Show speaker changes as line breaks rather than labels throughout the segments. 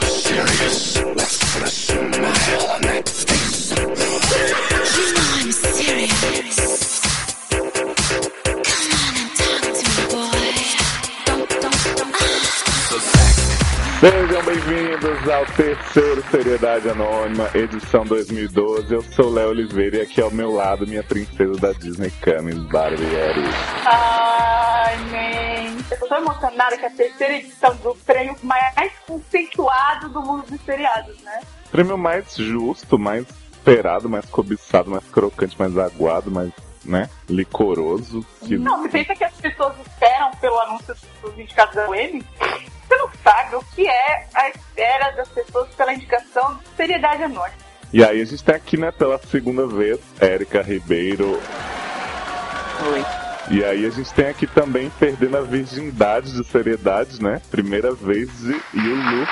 serious. Let's put a smile on that face.
You know I'm serious. Come on and talk to me, boy. Don't, don't, don't.
Sejam bem-vindos ao terceiro Seriedade Anônima, edição 2012. Eu sou Léo Oliveira e aqui ao meu lado minha princesa da Disney Camis Barbieri.
Ai, man. Eu tô tão emocionada que é a terceira edição do prêmio mais conceituado do mundo dos seriados, né?
Prêmio mais justo, mais esperado, mais cobiçado, mais crocante, mais aguado, mais, né, licoroso. Que...
Não, você pensa que as pessoas esperam pelo anúncio dos indicados ao M? Você não sabe o que é a espera das pessoas pela indicação de seriedade anônima.
E aí a gente tá aqui, né, pela segunda vez, Érica Ribeiro. Oi. E aí a gente tem aqui também perdendo a virgindade de seriedade, né? Primeira vez de Yulu.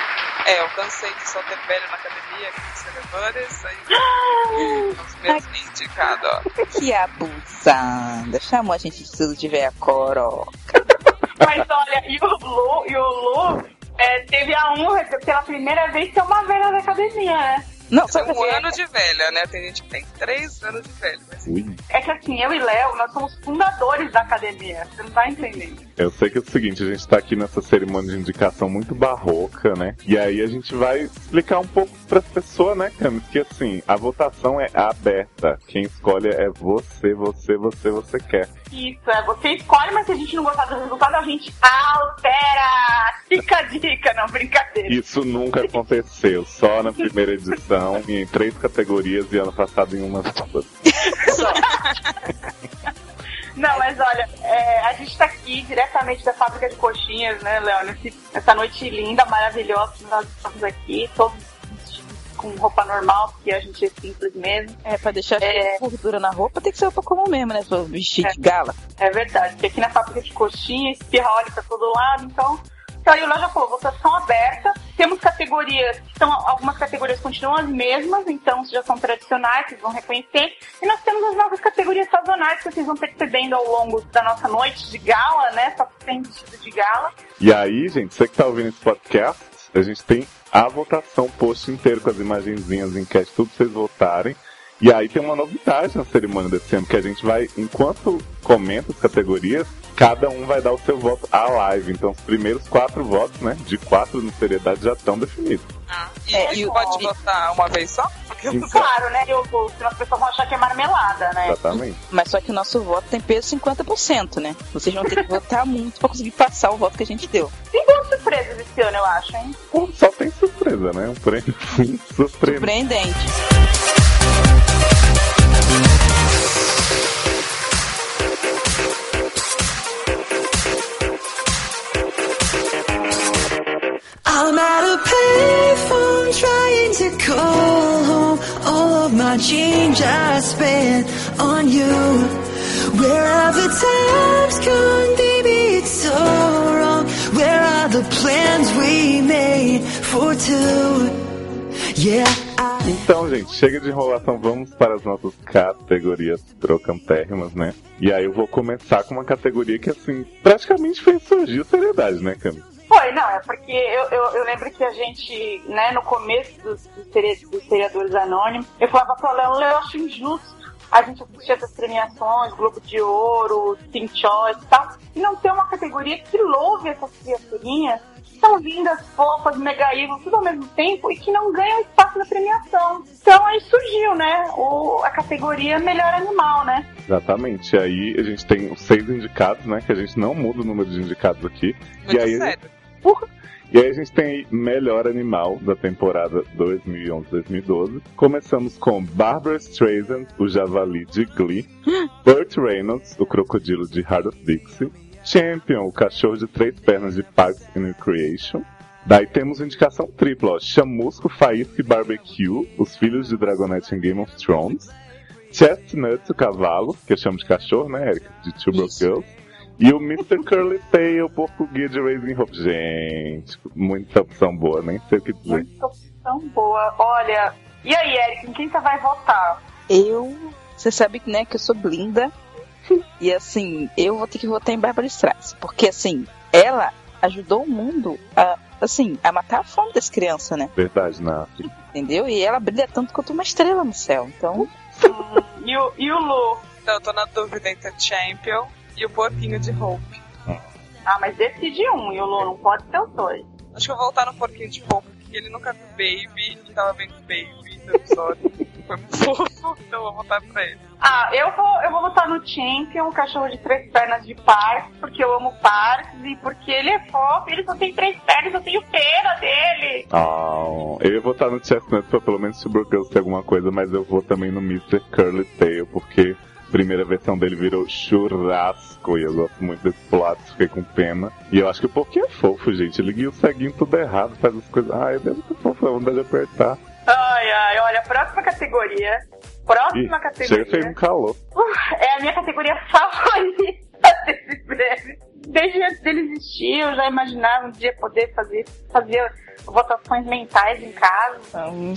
É, eu cansei de só ter velho na academia, que se levanta, isso aí os mesmos indicados, ó.
Que abusada. Chamou a gente de tudo de véia coroca.
Mas olha, e o Lu, e o Lu é, teve a honra de, pela primeira vez ser uma velha da academia, né?
Não,
Só
sabe
um
por quê?
ano de velha, né? Tem gente que tem três anos de velho. Mas
Ui.
É que assim, eu e Léo, nós somos fundadores da academia. Você não tá entendendo.
Eu sei que é o seguinte, a gente tá aqui nessa cerimônia de indicação muito barroca, né? E aí a gente vai explicar um pouco pras pessoas, né, Camis? Que assim, a votação é aberta. Quem escolhe é você, você, você, você quer.
Isso, é. Você escolhe, mas se a gente não gostar do resultado, a gente altera! Fica a dica, não, brincadeira.
Isso nunca aconteceu, só na primeira edição, e em três categorias e ano passado em uma só.
Não, mas olha, é, a gente tá aqui diretamente da fábrica de coxinhas, né, Léo? Nesse- Essa noite linda, maravilhosa que nós estamos aqui, todos vestidos com roupa normal, porque a gente é simples mesmo.
É, pra deixar
É.
a gordura na roupa, tem que ser roupa comum mesmo, né? Só vestir de gala.
É verdade, porque aqui na fábrica de coxinha espirra óleo pra todo lado, então. Então aí o Léo já falou, votação aberta. Temos categorias, que são, algumas categorias continuam as mesmas, então já são tradicionais, vocês vão reconhecer. E nós temos as novas categorias sazonais que vocês vão percebendo ao longo da nossa noite de gala, né? Só que tem vestido de gala.
E aí, gente, você que tá ouvindo esse podcast, a gente tem a votação, o post inteiro com as imagenzinhas, enquete, tudo pra vocês votarem. E aí tem uma novidade na cerimônia desse ano, que a gente vai, enquanto comenta as categorias, cada um vai dar o seu voto à live. Então os primeiros quatro votos, né, de quatro no seriedade já estão definidos.
E
É,
a gente
e o-
pode
e-
votar uma vez só? Porque eu não
Então.
sei.
Claro, né? Eu, eu- senão as pessoas vão achar que é marmelada, né?
Exatamente.
Mas só que o nosso voto tem peso 50%, né? Vocês vão ter que votar muito pra conseguir passar o voto que a gente deu.
Tem duas surpresas esse ano, eu acho, hein?
Pô, Só tem surpresa, né? Um prêmio assim, surpreendente.
Surpreendente.
I'm out of payphone trying to call home. All of my change I spent on you. Where are the times gone, baby? It's so wrong. Where are the plans we made for two? Yeah, I.
Então, gente, chega de enrolação, vamos para as nossas categorias trocantérrimas, né? E aí eu vou começar com uma categoria que, assim, praticamente fez surgir a seriedade, né, Cami?
Foi, não, é porque eu, eu, eu lembro que a gente, né, no começo dos, dos, sere- dos seriadores anônimos, eu falava pro Léo, Léo, eu acho injusto a gente assistir essas premiações, Globo de Ouro, Teen Choice e tal, e não ter uma categoria que louve essas criaturinhas que são lindas, fofas, mega evil, tudo ao mesmo tempo e que não ganham espaço na premiação. Então aí surgiu, né, o, a categoria Melhor Animal, né?
Exatamente. E aí a gente tem os seis indicados, né? Que a gente não muda o número de indicados aqui.
Muito
e aí,
sério.
E aí a gente tem aí Melhor Animal da temporada 2011-2012. Começamos com Barbara Streisand, o Javali de Glee, Burt Reynolds, o Crocodilo de Heart of Dixie, Champion, o Cachorro de Três Pernas de Parks and Recreation. Daí temos indicação tripla, ó, Chamusco, Faísca e Barbecue, os filhos de Dragonette em Game of Thrones, Chestnut, o cavalo, que eu chamo de cachorro, né, Erika? De Two Broke
Isso.
Girls. E o Mr. Curly Tail, porco guia de Raising Hope. Gente, muita opção boa, nem sei o que dizer.
Muito tão boa. Olha, e aí, Eric, em quem você vai votar?
Eu. Você sabe né, que eu sou blinda. E assim, eu vou ter que votar em Bárbara Streisand. Porque assim, ela ajudou o mundo a assim, a matar a fome das crianças, né?
Verdade, na África.
Entendeu? E ela brilha tanto quanto uma estrela no céu. Então,
E o, e o Lu?
Então, eu tô na dúvida entre Champion e o Porquinho de Hope.
Ah, mas decide um, e o Lu não pode ser os dois.
Acho que eu vou voltar no Porquinho de Hope, porque ele nunca viu Baby e tava vendo Baby no episódio. Foi muito fofo, então eu vou voltar pra ele.
Ah, eu vou, eu vou votar no Champion, o cachorro de três pernas de Parks, porque eu amo Parks e porque ele é fofo, ele só tem três pernas, eu tenho pena dele.
Ah, eu ia votar no Chestnut pra pelo menos Supergirl ser alguma coisa, mas eu vou também no Mr. Curly Tail, porque a primeira versão dele virou churrasco e eu gosto muito desse plato, fiquei com pena. E eu acho que o porquinho é fofo, gente. Ele guia o ceguinho tudo errado, faz as coisas. Ah, ele é muito fofo, dá vontade de apertar.
Ai, ai, olha, próxima categoria.
Ih,
Próxima
chega fez
categoria.
um calor.
Uh, é a minha categoria favorita desse prêmio. Desde antes dele existir, eu já imaginava um dia poder fazer, fazer votações mentais em casa.
hum,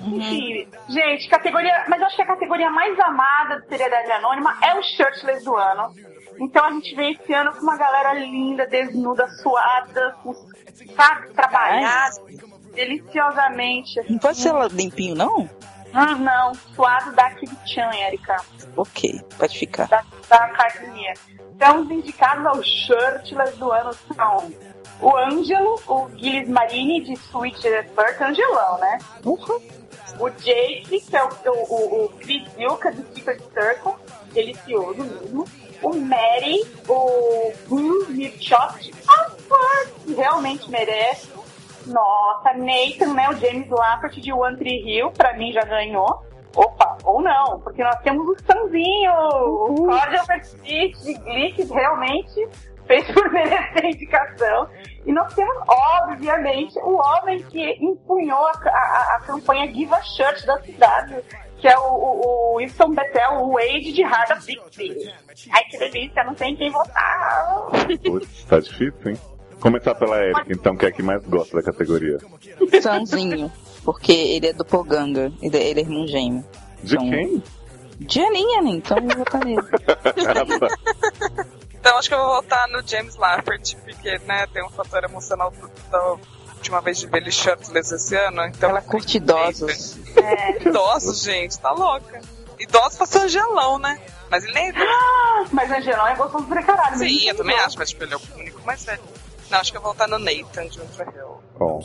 Enfim, gente, categoria. Mas eu acho que a categoria mais amada do Seriedade Anônima é o shirtless do ano. Então a gente vem esse ano com uma galera linda, desnuda, suada, com, sabe, trabalhada, deliciosamente.
não pode ser ela limpinho, não?
Ah, não, suado dá aquele tchan, Erika,
Ok, pode ficar.
da, da academia. Então os indicados ao shirtless do ano são o Ângelo, o Guilherme Marini de Sweet Desperta, Angelão, né?
Porra.
O Jake, que é o, o, o Chris Yuka do Secret Circle, delicioso mesmo. O Mary, o Blue Mirchot, que realmente merece. Nossa, Nathan, né? O James Lappert de One Tree Hill, pra mim já ganhou. Opa, ou não, porque nós temos o Sanzinho, o Cordial Persist de Glee, que realmente fez por merecer a indicação. E nós temos, obviamente, o homem que empunhou a, a- a campanha Give a Shirt da cidade, que é o, o, o Winston Bethel, o Wade de Harda Bixby. Ai, que delícia, não tem quem votar.
Putz, tá difícil, hein? Começar pela Erika, então, que é a que mais gosta da categoria.
Sanzinho. Porque ele é do Poganga. Ele é, ele é irmão gêmeo.
De
Então-
quem?
De Aninha, né? Então eu vou votar nele.
Então acho que eu vou voltar no James Laffert, porque né, tem um fator emocional do- da última vez de ver ele shirtless esse ano. Então
Ela curte idosos.
Idoso, gente, tá louca. Idoso pra ser angelão, né? Mas ele nem é idoso.
Mas Angelão é gostoso pra caralho. mas
Sim, eu
não
também
gosto.
acho, mas tipo, ele é o único mais velho. Não, acho que eu vou voltar no Nathan de Ultra Hill.
Bom,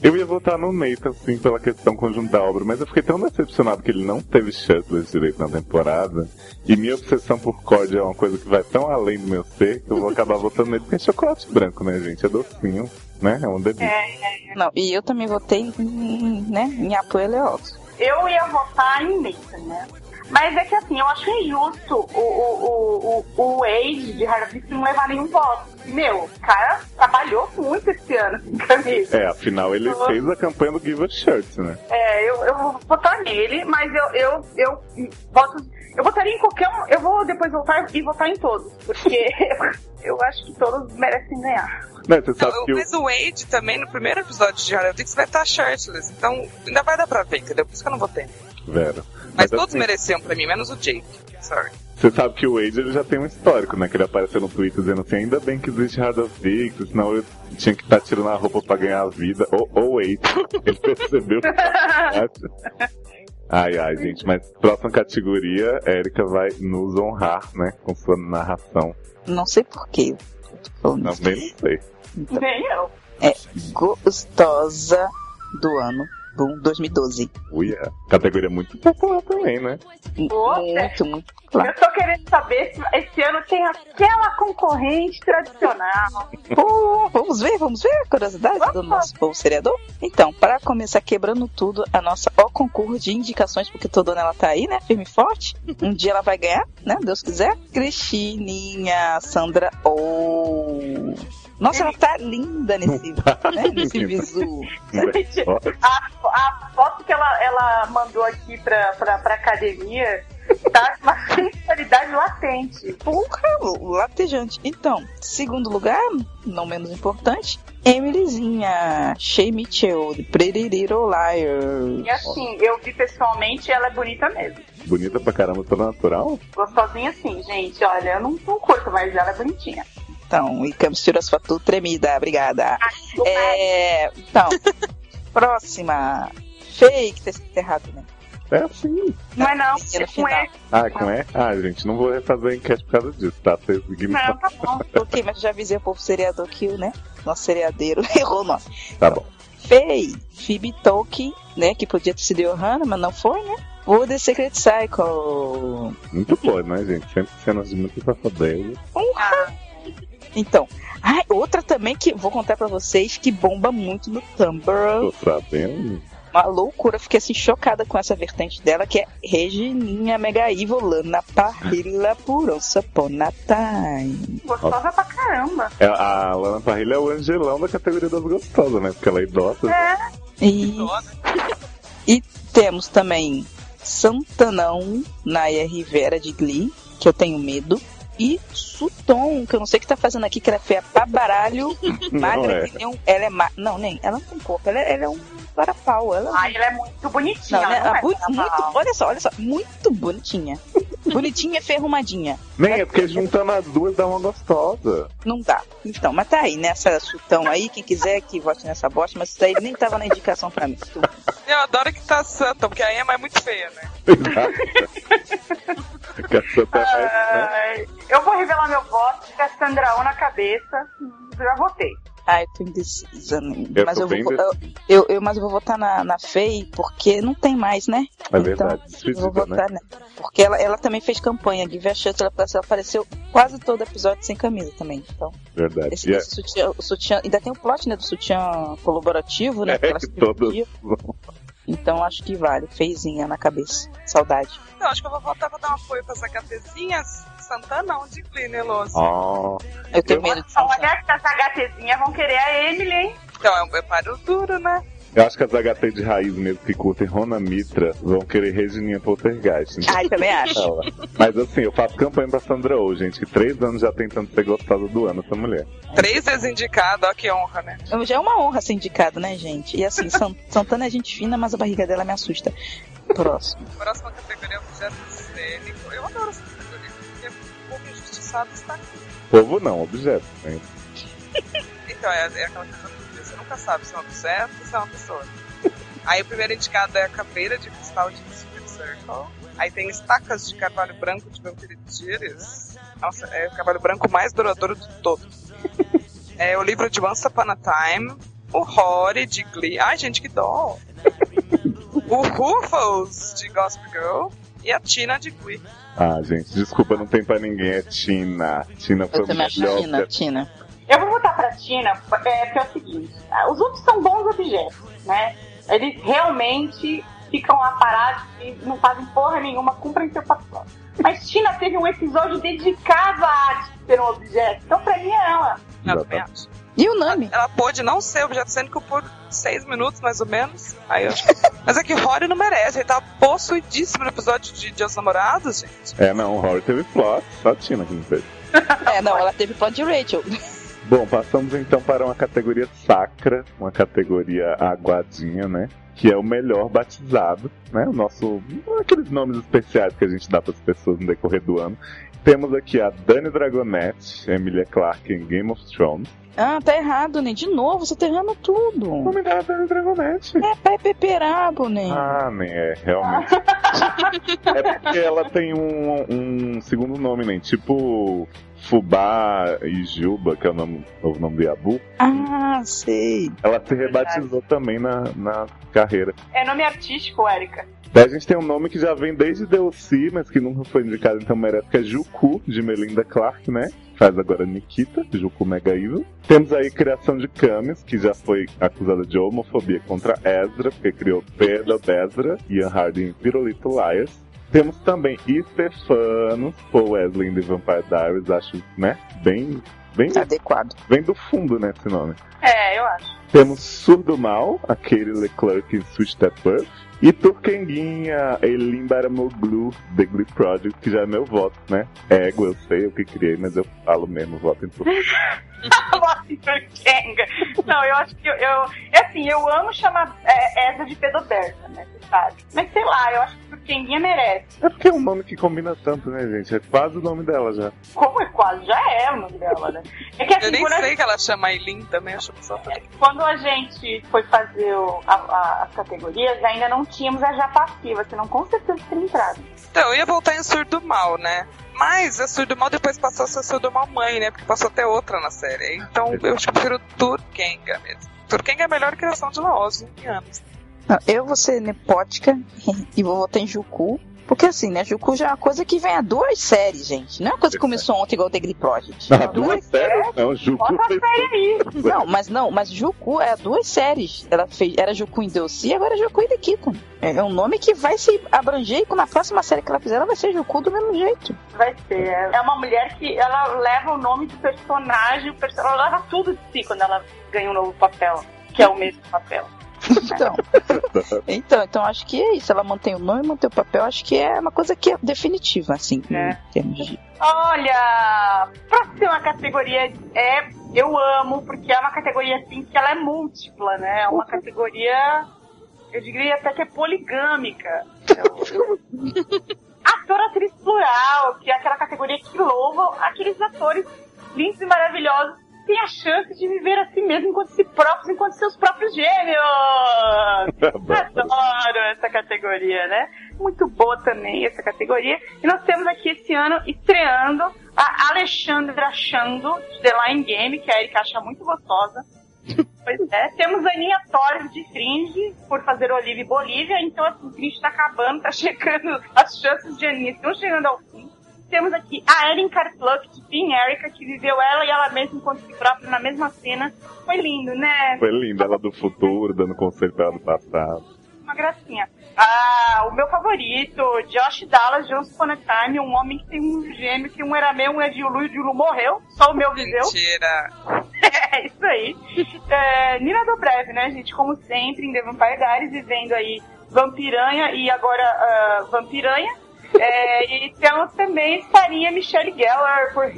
eu ia votar no Nathan, sim, pela questão conjunta da obra, mas eu fiquei tão decepcionado que ele não teve Shuttlers direito na temporada. E minha obsessão por Cord é uma coisa que vai tão além do meu ser que eu vou acabar votando nele porque é chocolate branco, né, gente? É docinho, né? É um delícia.
Não, e eu também votei, em- né? Em apoio a Leox.
Eu ia votar em Nathan, né? Mas é que assim, eu acho injusto o, o, o, o, o Wade de Harvard não levar nenhum voto. Meu, o cara trabalhou muito esse ano sem camisa.
É, afinal ele
Uhum.
fez a campanha do Give a Shirt, né?
É, eu, eu vou votar nele, mas eu, eu, eu voto. Eu votaria em qualquer um. Eu vou depois voltar e votar em todos. Porque eu acho que todos merecem ganhar.
Né, você
Então,
sabe
eu-
que o...
mas o Wade também, no primeiro episódio de Harry Dix, vai estar shirtless. Então ainda vai dar pra ver, entendeu? Por isso que eu não votei.
Vera.
Mas todos
assim,
mereciam pra mim, menos o Jake. Sorry.
Você sabe que o Wade ele já tem um histórico, né? Que ele apareceu no Twitter dizendo assim, ainda bem que existe Hard of Dix, senão eu tinha que estar tirando a roupa pra ganhar a vida. Ou oh, Wade. ele percebeu que tava Ai, ai, gente, mas próxima categoria, Érica vai nos honrar, né? Com sua narração.
Não sei porquê. Não,
Também não sei.
Nem eu.
Gostosa do ano. Boom, 2012.
Uia. Categoria muito popular também, né?
Muito, muito claro.
Eu tô querendo saber se esse ano tem aquela concorrente tradicional.
Pô, vamos ver, vamos ver a curiosidade do nosso povo seriador? Então, para começar quebrando tudo, a nossa ó concurso de indicações, porque toda ano ela tá aí, né? Firme e forte. Um dia ela vai ganhar, né? Deus quiser. Cristininha, Sandra Oh. Nossa, ela tá linda nesse, né, nesse visu.
Ó,
A, a foto que ela, ela mandou aqui pra, pra, pra academia tá com uma sensualidade latente.
Porra, latejante. Então, segundo lugar, não menos importante, Emilyzinha, Shea Mitchell, de Pretty Little Liars.
E assim, eu vi pessoalmente ela é bonita mesmo.
bonita pra caramba, toda natural.
Gostosinha assim, gente. Olha, eu não, não curto, mas ela é bonitinha.
então. E Campos sua tu tremida, obrigada. É, então, próxima. Feio que tá escrito errado, né?
É assim.
Não é não,
E no
é com
final.
E.
Ah, como é? Ah, gente, não vou refazer a enquete por causa disso, tá? Vocês ignoram.
Não, tá bom.
Ok, mas já avisei o povo seriador que o, né? Nosso seriadeiro errou o nome.
Tá bom.
Faye, Phoebe Tolkien, né? Que podia ter sido Johanna, mas não foi, né? O The Secret Cycle.
Muito boa, né, gente? Sempre cenas de muito safadeza.
Então, ah, outra também que vou contar pra vocês que bomba muito no Tumblr.
Tô sabendo.
Uma loucura, fiquei assim chocada com essa vertente dela, que é Regininha Mega Evil Lana Parrilla por Once Upon a Time.
Gostosa pra caramba.
É, A Lana Parrilha é o angelão da categoria das gostosas, né? Porque ela é idosa.
E temos também Santanão, Naya Rivera de Glee, que eu tenho medo. E Suton, que eu não sei o que tá fazendo aqui, que ela é feia pra baralho,
Não
magra
é.
que nem um. Ela é ma... Não, nem. Ela não tem corpo, ela, é- ela é um varapau. Ela é um-
Ai, ela é muito bonitinha.
Não, né?
ela não
Ah,
é
bu-
carnaval.
muito, olha só, olha só, muito bonitinha. bonitinha, ferrumadinha.
Nem é porque juntando as duas dá uma gostosa.
Não dá. Então, mas tá aí, nessa sutão aí, quem quiser que vote nessa bosta, mas isso daí nem tava na indicação pra mim.
Eu adoro que tá santa, porque a Emma é muito feia, né?
Que a Santa é,
Ah,
né?
Ai, Eu vou revelar meu voto, se tiver Sandra O na cabeça, já votei.
Ah, eu tô indecisa. né?
Eu
mas
tô
eu vou,
bem
eu, eu, eu- mas eu vou votar na, na Fei, porque não tem mais, né?
É verdade,
Então, eu vou
despedida, né?
votar nela. Porque ela, ela também fez campanha, Give a Chance, ela, ela apareceu quase todo episódio sem camisa também. Então,
Verdade.
esse,
E é,
esse sutiã, o sutiã. Ainda tem o plot, né? Do sutiã colaborativo, né?
É,
que ela
que
se
todos-
dividiu. Então acho que vale. Feizinha na cabeça. Saudade.
Então, acho que eu vou voltar pra dar um apoio pra essa HTzinha Santana, onde Cleaner Lose.
Ah,
Eu tenho
Eu-
medo de
Olha,
sutiã.
essas HTzinhas vão querer a Emily, hein?
Então, é um preparo duro, né?
eu acho que as HT de raiz mesmo que curtem Rona Mitra vão querer Regininha Poltergeist. Então,
Ai, também acho.
ela. Mas assim, eu faço campanha pra Sandra Oh, gente, que três anos já tentando ser gostosa do ano essa mulher.
Três vezes indicado, ó que honra, né?
Já é uma honra ser indicado, né, gente? E assim, San- Santana é gente fina, mas a barriga dela me assusta. Próximo.
Próxima categoria é objeto cênico. Eu adoro essa categoria, porque o povo injustiçado está aqui.
Povo não, objeto. Né?
Então, é, é aquela coisa que você nunca sabe se é um objeto ou se é uma pessoa. Aí o primeiro indicado é a caveira de cristal de Secret Circle. Aí tem estacas de carvalho branco de Vampiritiris. Nossa, é o carvalho branco mais duradouro de todos. É o livro de Once Upon a Time. O Rory de Glee. Ai, gente, que dó! O Ruffles de Gossip Girl. E a Tina de Glee.
Ah, gente, desculpa, não tem pra ninguém. É Tina. Tina foi
Eu
o
também acho
melhor.
Tina, Tina.
Eu vou votar pra Tina, é, que é o seguinte: ah, os outros são bons objetos, né? Eles realmente ficam lá parados e não fazem porra nenhuma, cumprem seu papel. Mas Tina teve um episódio dedicado à arte de ser um objeto, então pra mim é ela.
Não,
Exato.
também acho.
E o Nami?
Ela pôde não ser objeto cênico por seis minutos, mais ou menos. Aí eu... Mas é que Rory não merece. Ele tá possuidíssimo no episódio de Dias Namorados, gente.
É, não, o Rory teve plot, só a Tina que não fez.
É, não, ela teve plot de Rachel.
Bom, passamos então para uma categoria sacra, uma categoria aguadinha, né? Que é o melhor batizado, né? O nosso. aqueles nomes especiais que a gente dá para as pessoas no decorrer do ano. Temos aqui a Dani Dragonette, Emilia Clarke em Game of Thrones.
Ah, tá errado, né? De novo, você tá errando
O
tudo.
nome dela é Dani Dragonette.
É, pai peperabo, né?
Ah, nem é, realmente. é porque ela tem um, um segundo nome, né? Tipo Fubá e Juba, que é o nome, novo nome do Yabu.
Ah, sei.
Ela se rebatizou também na, na carreira.
É nome artístico, Érica.
Daí a gente tem um nome que já vem desde Delcy, mas que nunca foi indicado, então merece, que é Juku, de Melinda Clark, né? Faz agora Nikita, Juku Mega Evil. Temos aí criação de Camis, que já foi acusada de homofobia contra Ezra, porque criou Pedro Ezra, Ian Harding e Pirulito Liars. Temos também Stefanos, Paul Wesley de Vampire Diaries, acho, né? Bem, bem,
Tá. Adequado.
bem do fundo, né, esse nome.
É, eu acho.
Temos Surdo Mal, a Katie Leclerc em Switch That Birth. E Turkenguinha, Elim Baramoglu, The Glee Project, que já é meu voto, né? Ego, eu sei o que criei, mas eu falo mesmo, voto em tudo.
Voto em é Turkenga. Não, eu acho que eu, eu- É assim, eu amo chamar é, essa de pedoberta, né? Vocês sabe? Mas sei lá, eu acho que Porquenguinha merece.
É porque é um nome que combina tanto, né, gente? É quase o nome dela já.
Como é quase, já é o nome dela, né? É que
Eu
assim,
nem
quando a
sei que ela chama Aileen também, eu chamo só pra...
Quando a gente foi fazer o- a- a- as categorias, ainda não tínhamos a já passiva, senão com certeza teria entrado.
Então, eu ia voltar em Surdo Mal, né? Mas a Surdo Mal depois passou a ser Surdo Mal Mãe, né? Porque passou até outra na série. Então, eu acho que eu prefiro Turkenga mesmo. Turkenga é a melhor criação de Laos em anos.
Não, eu vou ser nepótica e vou votar em Juku. Porque assim, né? Juku já é uma coisa que vem há duas séries, gente. Não é uma coisa que começou ontem igual o The Glee Project.
Ah, duas séries? Não, Juco
Bota a
fez
série aí.
Não, mas não, mas Juku é duas séries. Ela fez, era Juku em Deus e agora é Juku em The Kitten. É é um nome que vai se abranger e quando na próxima série que ela fizer, ela vai ser Juku do mesmo jeito.
Vai ser. É uma mulher que ela leva o nome de personagem, o perso- ela leva tudo de si quando ela ganha um novo papel, que é o mesmo papel.
Então, então, então acho que é isso. Ela mantém o nome, mantém o papel. Acho que é uma coisa que é definitiva, assim,
É.
em termos de.
Olha, próxima categoria é eu amo porque é uma categoria assim que ela é múltipla, né? É uma categoria eu diria até que é poligâmica. Eu- eu- Ator atriz plural, que é aquela categoria que louva aqueles atores lindos e maravilhosos que têm a chance de viver a si mesmo enquanto si próprios, enquanto seus próprios gêmeos.
Tá
Adoro essa categoria, né? Muito boa também essa categoria. E nós temos aqui esse ano estreando a Alexandra Chando, de The Line Game, que a Erika acha muito gostosa. Pois é. Temos a Aninha Torres de Fringe, por fazer Olivia e Bolívia. Então, assim, o Fringe tá acabando, tá chegando, as chances de Aninha estão chegando ao fim. Temos aqui a Erin Carpluck de Team Erica, que viveu ela e ela mesma enquanto si própria na mesma cena. Foi lindo, né?
Foi linda, ela do futuro, dando conselho pra ela do passado.
uma gracinha. Ah, o meu favorito, Josh Dallas, de Once Upon a Time, um homem que tem um gêmeo, que um era meu, um é de Lu, e o de Lu morreu, só o meu viveu.
Mentira.
É isso aí. É, Nina Dobrev, né, gente? Como sempre, em The Vampire Diaries, vivendo aí Vampiranha e agora ah, Vampiranha. É, e temos também Sarinha Michelle Geller por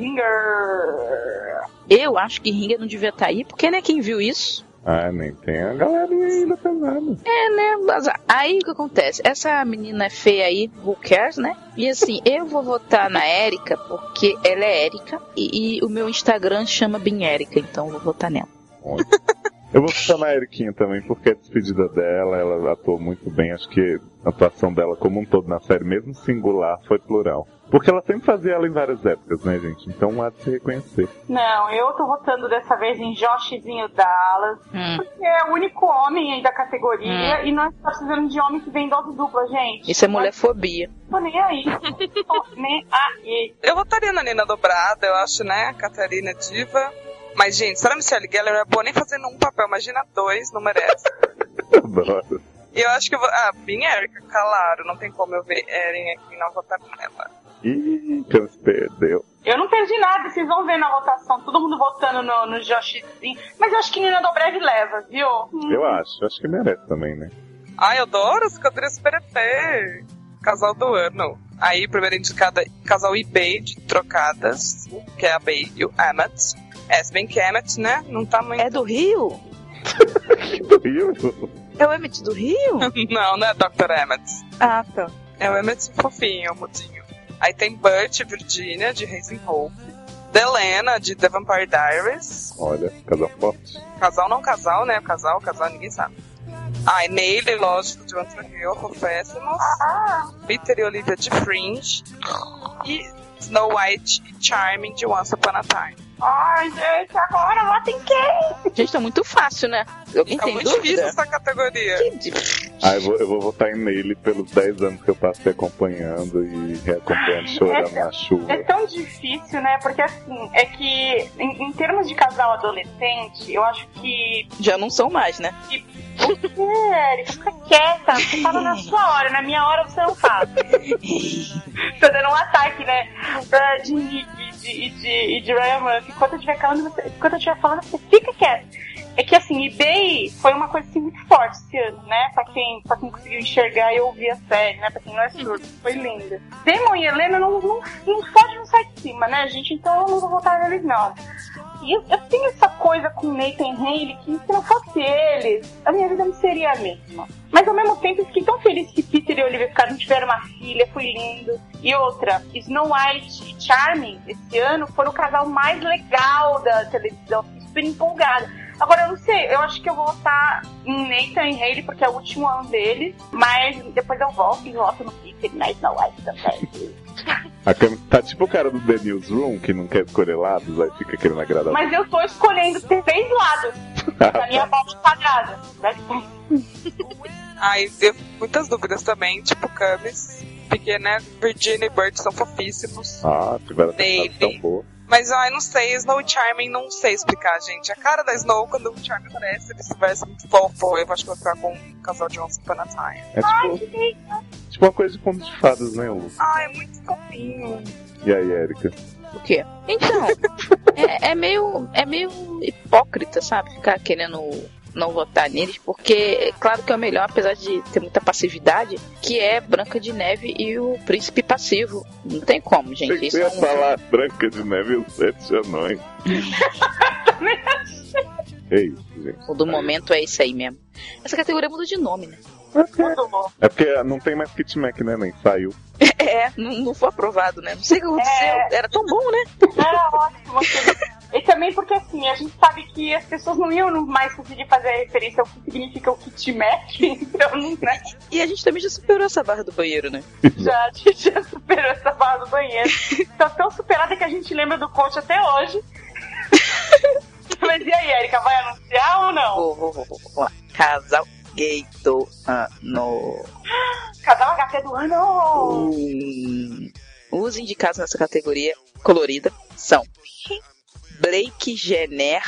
Ringer.
Eu acho que Ringa não devia estar aí, porque, né, quem viu isso?
Ah, nem tem a galerinha ainda pesada.
É, né? Mas aí o que acontece? Essa menina é feia aí, who cares, né? E assim, eu vou votar na Érica porque ela é Érica e, e o meu Instagram chama bem Érica, então eu vou votar nela.
Olha. Eu vou ficar na Eriquinha também, porque a despedida dela, ela atuou muito bem. Acho que a atuação dela como um todo na série, mesmo singular, foi plural. Porque ela sempre fazia ela em várias épocas, né, gente? Então há de se reconhecer.
Não, eu tô votando dessa vez em Joshzinho Dallas.
Hum.
Porque é o único homem aí da categoria e nós tá precisando de homem que vem em dose dupla, gente.
É. Isso é mulherfobia.
Eu Não tô nem aí. Tô nem aí.
Eu votaria na Nina Dobrada, eu acho, né? Catarina Diva. Mas, gente, Sarah Michelle Geller é boa nem fazendo um papel, imagina dois, não merece.
Adoro.
E eu acho que eu vou. Ah, Bim Erika, claro, não tem como eu ver Erin aqui e não votar nela.
Ih, que ela se perdeu.
Eu não perdi nada, vocês vão ver na votação. Todo mundo votando no, no Joshzinho. Mas eu acho que Nina Dobrev leva, viu? Hum.
Eu acho, acho que merece também, né?
Ai, eu adoro os quadrinhos PRT. Casal do ano. Aí, primeira indicada, casal eBay de trocadas, que é a Bay e o Emmett. É, se bem que Emmett, né? Não tá muito.
É do Rio?
Do Rio.
É o Emmett do Rio?
Não, não é Dr. Emmett.
ah, tá.
É o Emmett fofinho, o mudinho. Aí tem Bert e Virginia, de Raising Hope. Delena, de The Vampire Diaries.
Olha, casal forte.
Casal não casal, né? Casal, casal, ninguém sabe. Aí Neile, lógico, de One Tree Hill, Confessimos. Peter e Olivia, de Fringe. E Snow White e Charming, de Once Upon a Time.
Ai, gente, agora vota em quem?
Gente, tá muito fácil, né? Alguém
Tá
tem
muito difícil
dúvida?
essa categoria.
Que di-
Ah, eu vou, eu vou votar nele pelos 10 anos que eu passei acompanhando e reacompanhando, chorando na chuva.
É tão difícil, né? Porque assim, é que em, em termos de casal adolescente, eu acho que
Já não são mais, né?
É, Erika, fica quieta. Você fala na sua hora, na minha hora você não fala. Tô dando um ataque, né? pra- De Nick e de, e de, e de Ryan Murphy. Enquanto eu estiver falando, você, enquanto eu estiver falando, você fica quieto. É que assim, eBay foi uma coisa assim, muito forte esse ano, né? Pra quem, pra quem conseguiu enxergar e ouvir a série, né? Pra quem não é surdo, foi linda. Demon e Helena não, não, não foge não sai de cima, né, gente? Então eu não vou voltar neles, não. E eu, eu tenho essa coisa com o Nathan Haley que se não fosse eles, a minha vida não seria a mesma. Mas ao mesmo tempo eu fiquei tão feliz que Peter e Olivia ficaram, tiveram uma filha, foi lindo. E outra, Snow White e Charming, esse ano, foram o casal mais legal da televisão. Fiquei super empolgada. Agora, eu não sei, eu acho que eu vou votar em Nathan e Haley, porque é o último ano deles. Mas depois eu volto e voto no Peter e na Snow White também.
A Cam tá tipo o cara do The Newsroom, que não quer escolher lados, aí fica querendo agradar.
Mas eu tô escolhendo três lados
Ah,
da minha bola quadrada. Né?
Aí eu muitas dúvidas também, tipo Camis, porque né, Virginia e Bert são fofíssimos.
Ah, tiveram
Baby.
essa tão boa.
Mas ai, não sei, Snow Charming não sei explicar, gente. A cara da Snow quando o Charming aparece, ele se veste muito fofo. Eu acho que eu vou ficar com o casal de Once Upon a Time.
É tipo, tipo uma coisa de conto de fadas, né, Lu?
Ai, é muito fofinho.
E aí, Erika?
O quê? Então, é, é meio, é meio hipócrita, sabe? Ficar querendo não votar neles, porque é claro que é o melhor, apesar de ter muita passividade, que é Branca de Neve e o Príncipe Passivo. Não tem como,
Eu
gente. Isso
ia
é um...
falar Branca de Neve e os Sete Anões. É isso, gente.
O do momento é isso aí mesmo. Essa categoria mudou de nome, né?
É porque não tem mais Kit Mac, né? Nem saiu.
É, não, não foi aprovado, né? Não sei o que aconteceu.
É.
Era tão bom, né?
Era ótimo. aquele- E também porque assim, a gente sabe que as pessoas não iam mais conseguir fazer a referência ao que significa o kit Mac, então não né?
E a gente também já superou essa barra do banheiro, né?
já, já superou essa barra do banheiro. Tá tão superada que a gente lembra do coach até hoje. Mas e aí, Erika, vai anunciar ou não?
Vou, vou, vou, vou, vou lá. Casal gay do ano.
Casal HT do ano!
Hum. Os indicados nessa categoria colorida são Blake Jenner,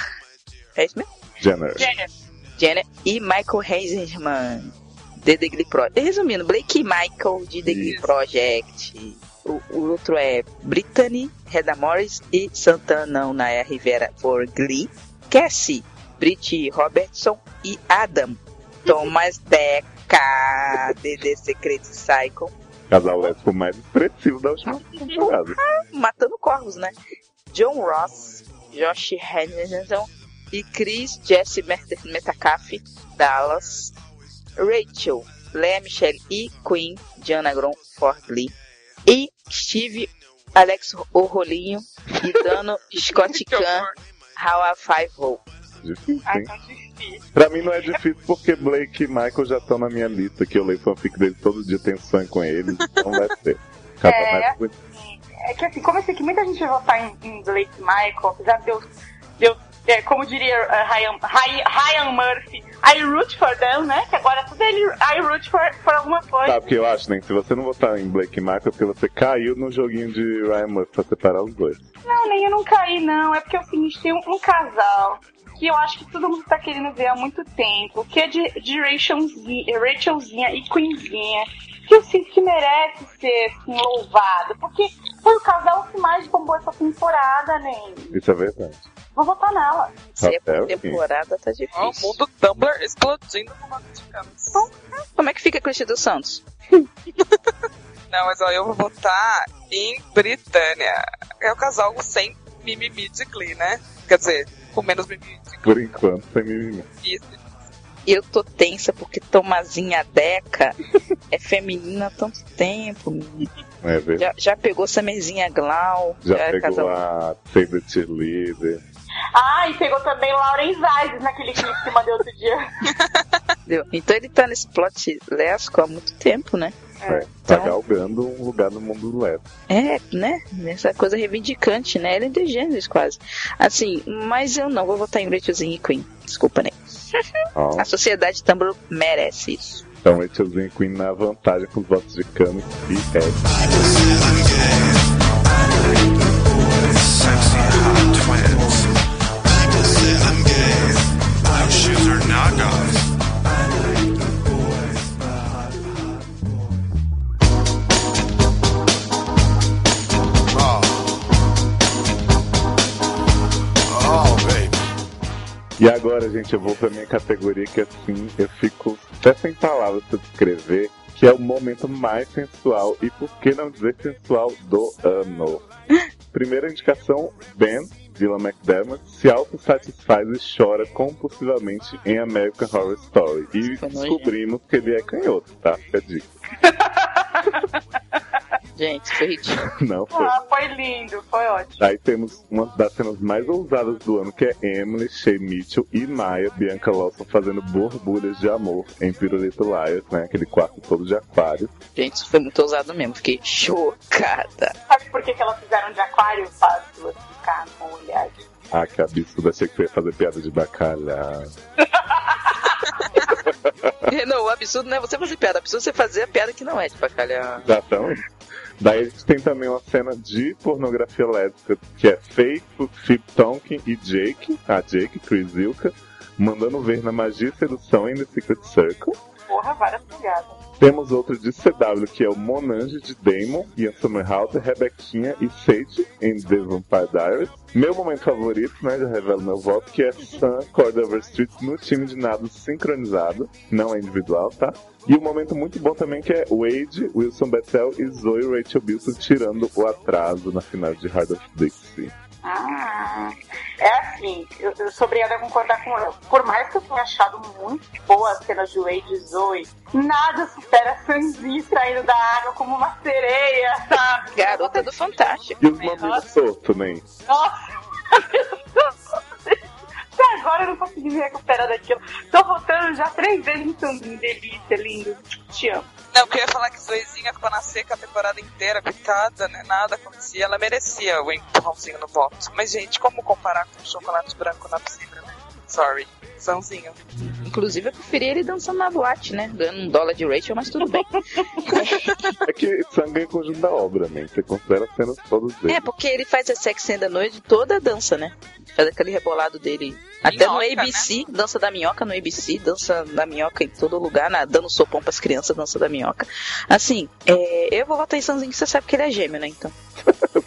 é isso mesmo?
Jenner.
Jenner,
Jenner e Michael Heisenman de The Glee Project. Resumindo, Blake e Michael de The Glee
Isso.
Project. O, o outro é Brittany, Reda Morris e Santana Naya Rivera for Glee. Cassie, Brit Robertson e Adam. Thomas Deca, de The Secret Cycle.
Casal lésbico mais expressivo da última temporada.
matando corvos, né? John Ross, Josh Henderson e Chris Jesse Met- Metcalf, Dallas, Rachel, Lea Michelle e Queen, Diana Grom, Fort Lee e Steve, Alex O Rolinho e Dano Scott
Que
Kahn,
horror.
How I Five Ho.
Difícil,
Ai,
hein?
tão Ah, então, difícil.
Pra mim não é difícil porque Blake e Michael já estão na minha lista, que eu leio fanfic deles todo dia, tenho sonho com eles, então vai ser. Casal
É.
mais bonito.
É que assim, como eu sei que muita gente vai votar em, em Blake Michael, apesar de eu, de eu- é, como diria uh, Ryan, Ryan, Ryan Murphy, I root for them, né? Que agora tudo ele, I root for, for alguma coisa.
Sabe o que eu acho, né? Se você não votar em Blake e Michael, é porque você caiu no joguinho de Ryan Murphy pra separar os dois.
Não, nem eu não caí, não. É porque é o seguinte, tem um, um casal que eu acho que todo mundo tá querendo ver há muito tempo, que é de, de Rachelzinha, Rachelzinha e Queenzinha, que eu sinto que merece ser assim, louvado, porque foi o casal que mais bombou essa temporada, nem.
Isso é verdade.
Vou votar nela.
Se é
Rafael,
por
quem?
temporada,
Ó,
tá
o
difícil.
mundo Tumblr explodindo com o nome de Camis.
Como é que fica Cristina dos Santos?
Não, mas ó, eu vou votar em Britânia. É o casal sem mimimi de Glee, né? Quer dizer, com menos mimimi de
Por enquanto, sem mimimi.
Glee.
Eu tô tensa porque Tomazinha Deca é feminina há tanto tempo, menina.
É verdade.
Já, já pegou Summerzinha Glau, é
Já,
era
pegou a Save the Cheerleader.
Ah, e pegou também Lauren Zayas naquele clipe que mandei outro dia.
entendeu? Então ele tá nesse plot lésbico há muito tempo, né?
É, Tá
Então-
galgando um lugar no mundo leve.
É, né? Essa coisa reivindicante, né? Ele é de gêneros quase. Assim, mas eu não vou votar em Rachelzinho e Queen. Desculpa, né?
Ó,
A sociedade Tumblr merece isso.
Então, Rachelzinho e Queen na vantagem com os votos de Cami e Ed.
sexy hot twins. People say I'm gay. Our shoes are knockoffs. Oh, baby.
E agora, gente, eu vou pra minha categoria que assim eu fico até sem palavras pra descrever, que é o momento mais sensual e por que não dizer sensual do ano. Primeira indicação, Ben Dylan McDermott, se autossatisfaz e chora compulsivamente em American Horror Story. E
Foi
descobrimos que ele é canhoto, tá? Fica a dica.
Gente, foi ridículo.
Não foi.
Ah, foi lindo, foi ótimo.
Aí temos uma das cenas mais ousadas do ano, que é Emily, Shea Mitchell e Maya, Bianca Lawson fazendo borbulhas de amor em Pirulito Liars, né? Aquele quarto todo de aquário.
Gente, isso foi muito ousado mesmo. Fiquei chocada.
Sabe por que, que elas fizeram de aquário? Fácil ficar com o olhar de
Ah, que absurdo, achei que você ia fazer piada de bacalhau. Ah.
Não, o absurdo não é você fazer piada. O absurdo é você fazer a piada que não é de bacalhau.
Exatamente. Daí a gente tem também uma cena de pornografia lésbica, que é Faith, Fip Tonkin e Jake, a Jake, Chris Zilka, mandando ver na magia e sedução em The Secret Circle.
porra, várias pegadas.
Temos outro de CW, que é o Monange de Damon, Ian Somerhalder, Rebequinha e Sage em The Vampire Diaries. Meu momento favorito, né, já revelo meu voto, que é Sam Cordover Street no time de nado sincronizado, não é individual, tá? E um momento muito bom também que é Wade, Wilson Bethel e Zoe Rachel Bilson tirando o atraso na final de Hard of Dixie.
Ah, é assim, eu, eu sou obrigada a concordar com ela. Por mais que eu tenha achado muito boa a cena de Wade e Zoe, nada supera a Sanji saindo da água como uma sereia, sabe?
Garota do Fantástico.
E os mamilos soltos, né?
Nossa! Até agora eu não consegui me recuperar daquilo. Tô voltando já três vezes no Sandinho. Delícia, lindo. Te amo.
Não, eu queria falar que Zoezinha ficou na seca a temporada inteira, picada, né? Nada acontecia. Ela merecia o empurrãozinho no voto. Mas, gente, como comparar com chocolate branco na piscina, né? Sorry. Sãozinho.
Inclusive, eu preferia ele dançando na boate, né? Ganhando um dólar de Rachel, mas tudo bem.
É que sangue é conjunto da obra, né? Você considera as cenas todas dele.
É, porque ele faz a sex and the noite toda a dança, né? Faz aquele rebolado dele. Até no
Minhoca, né?
ABC, dança da minhoca no ABC, dança da minhoca em todo lugar, na, dando sopão pras crianças, dança da minhoca. Assim, é, eu vou votar em Sanzinho, que você sabe que ele é gêmeo, né? Então.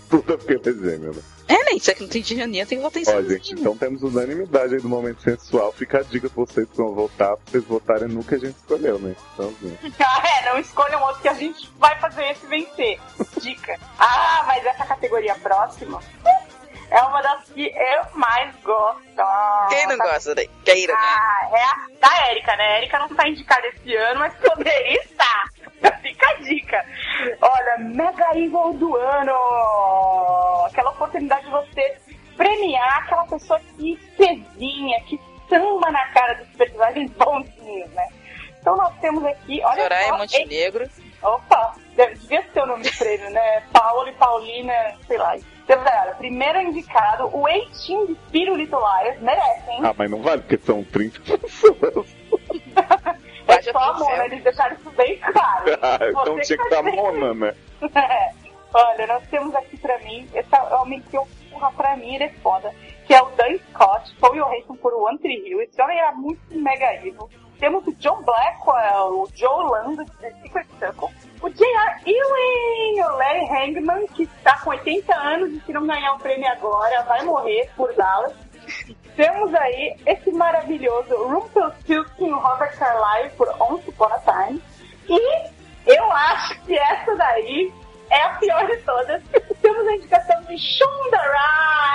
Tudo é porque ele é gêmeo, né?
É, né? Isso aqui não tem dinheirinho, eu tenho que votar em
Ó,
Sanzinho.
gente, então temos unanimidade aí do momento sensual. Fica a dica pra vocês que vão votar, pra vocês votarem no que a gente escolheu, né? Então, assim,
Ah, é, não escolham outro que a gente vai fazer esse vencer. Dica. Ah, mas essa categoria próxima é uma das que eu mais gosto. então.
Quem não gosta daí? né? Quem não gosta?
Ah, é a da Érica, né? A Érica não tá indicada esse ano, mas poderia estar. Fica a dica. Olha, Mega Evil do ano! Aquela oportunidade de você premiar aquela pessoa que pezinha, que samba na cara dos personagens bonzinhos, né? Então nós temos aqui, olha
Soraya
só, ei,
é Montenegro.
Opa, deve- devia ser o nome do prêmio, né? Paulo e Paulina, sei lá. Temos aí, olha, primeiro indicado, o Eitinho de Pirulito Liars, merece, hein?
Ah, mas não vale, porque são 30 pessoas.
É
Haja
só amor,
pincel.
né? Eles deixaram isso bem claro.
Ah, então
Você
tinha que
tá
estar mona, né?
É. Olha, nós temos aqui pra mim, esse é o homem que eu porra pra mim, ele é foda, que é o Dan Scott, Paul Johansson por One Tree Hill, esse homem era muito mega evil. Temos o John Blackwell, o Joe Lando de The Secret Circle, o J.R. Ewing, o Larry Hangman, que está com 80 anos e se não ganhar o prêmio agora, vai morrer por Dallas. Temos aí esse maravilhoso Rumpelstiltskin Robert Carlyle por Once Upon a Time. E eu acho que essa daí é a pior de todas. Temos a indicação de Shonda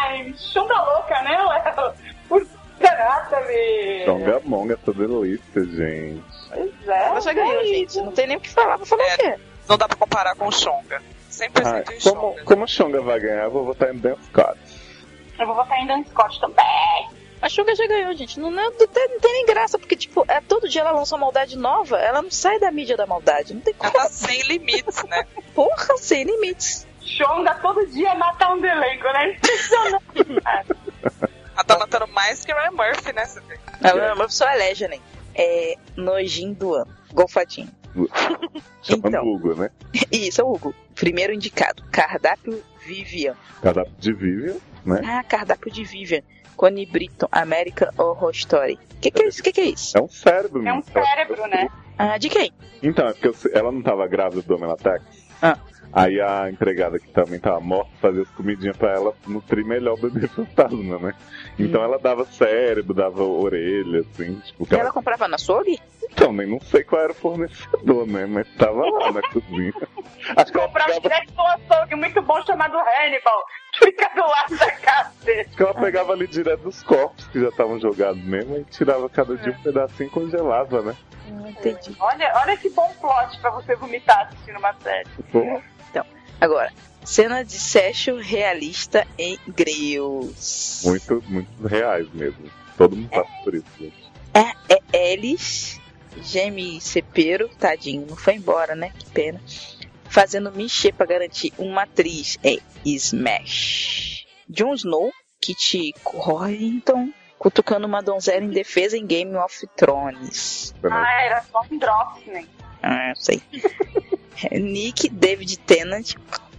Rhimes. Shonda louca, né, Léo? Por caraca, velho.
Então, Gamonga, essa delícia, gente.
Pois é.
Ela já ganhou,
é
gente.
isso.
Não tem nem o que falar. Vou falar o quê?
Não dá pra comparar com o Xonga. Sempre
Ah,
senti o
como,
Xonga.
como o Xonga vai ganhar, eu vou votar em Dan Scott.
Eu vou votar em Dan Scott também.
A Suga já ganhou, gente. Não, não- não tem, não tem nem graça, porque, tipo, é, todo dia ela lança uma maldade nova, ela não sai da mídia da maldade. Não tem
Ela
como.
tá sem limites, né?
Porra, sem limites.
Shonda todo dia mata um delengo, né? Impressionante. cara.
Ela tá matando mais que a Ryan Murphy, né? Você vê.
Ela é uma pessoa elégia, né? É nojinho do ano. Golfadinho.
Chamando
Então.
Hugo, né?
Isso, é o Hugo. Primeiro indicado. Cardápio Vivian.
Cardápio de Vivian, né?
Ah, cardápio de Vivian. Connie Britton, America Horror Story. Que que é isso? Que que é isso?
É um cérebro.
É um
né? Ela-
cérebro, né?
Ah, de quem?
Então, é porque eu- ela não tava grávida do Homem Latex.
Ah.
Aí a empregada que também tava morta fazia as comidinhas pra ela nutrir melhor o bebê fantasma, né? Então ela dava cérebro, dava orelha, assim, tipo, que
Ela
ela-
comprava na Sog?
Então, nem não sei qual era o fornecedor, né? Mas tava lá na cozinha. A
Comprar
pegava-
um filete do açougue muito bom chamado Hannibal, que fica do lado da casa dele.
Acho que ela pegava ali direto dos corpos que já estavam jogados mesmo e tirava cada dia
É.
um pedacinho e congelava, né?
Não entendi.
Olha, olha que bom plot pra você vomitar assistindo uma série.
Pô,
Agora, cena de sexo realista em Greus.
muito, muito reais mesmo. Todo mundo passa por isso, né? gente.
É, é Elis, Gemi Cepero, tadinho, não foi embora, né? Que pena. Fazendo mexer pra garantir uma atriz é Smash. Jon Snow, Kit Corrington, cutucando uma donzela em defesa em Game of Thrones.
Ah, era só um drop, né?
Ah, não sei. Nick, David Tennant,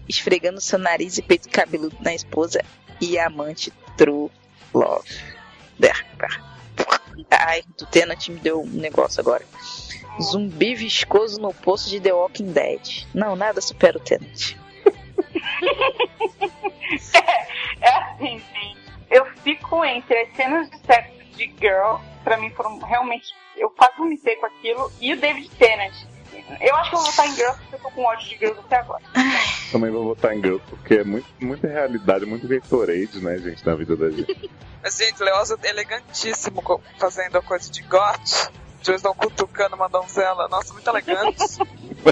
esfregando seu nariz e peito cabeludo na esposa e amante True Love. Der- der- Ai, do Tennant me deu um negócio agora. Zumbi viscoso no poço de The Walking Dead. Não, nada supera o Tennant.
É assim, gente. Eu fico entre as cenas de sexo de Girl, pra mim foram realmente. Eu quase vomitei com aquilo, e o David Tennant. Eu acho que eu vou votar em Girl porque eu tô com ódio de Girls até agora.
Também vou votar em Girls porque é muito, muita realidade, muito Gatorade, né, gente, na vida da gente.
Mas, gente, Leosa elegantíssimo co- fazendo a coisa de gote. Jules não cutucando uma donzela. Nossa, muito elegante.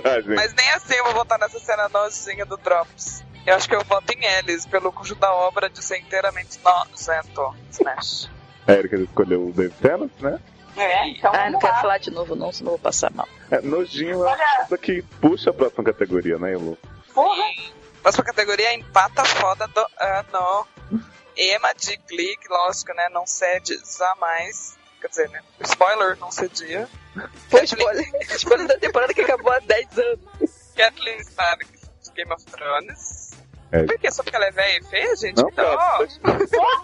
Ah, gente,
Mas nem assim eu vou votar nessa cena nozinha do Drops. Eu acho que eu voto em eles, pelo conjunto da obra de ser inteiramente né? nozento. Smash.
a Erika escolheu o Dave Tennant, né?
É, então
Ah,
vamos
não quero
lá.
falar de novo, não, senão eu vou passar mal.
É, nojinho é uma
Olha.
coisa que puxa a próxima categoria, né, Elu?
Porra,
Próxima categoria é empata foda do ano. Emma de Glee, que lógico, né? Não cede jamais. Quer dizer, né? Spoiler, não cedia.
Foi spoiler, spoiler da temporada que acabou há 10 anos.
Kathleen Stark de Game of Thrones.
É.
Por quê? Só porque ela é velha e feia, gente?
Não,
Não.
cara,
porra,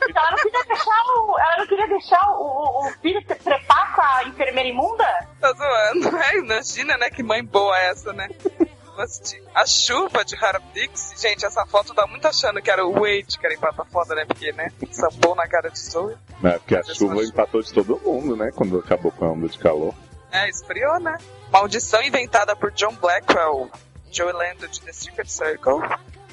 ela não queria deixar o. Ela não queria deixar o, o, o filho se trepar com a enfermeira imunda?
Tá zoando. É, imagina, né? Que mãe boa é essa, né? Mas de- A chuva de Harap Dix, gente, essa foto tá muito achando que era o Wade que era empata foda, né? Porque, né? Sampou na cara de Zoe.
né, porque a
Essa
chuva
chuva.
empatou de todo mundo, né? Quando acabou com a onda de calor.
É, esfriou, né? Maldição inventada por John Blackwell, Joey Lando de The Secret Circle,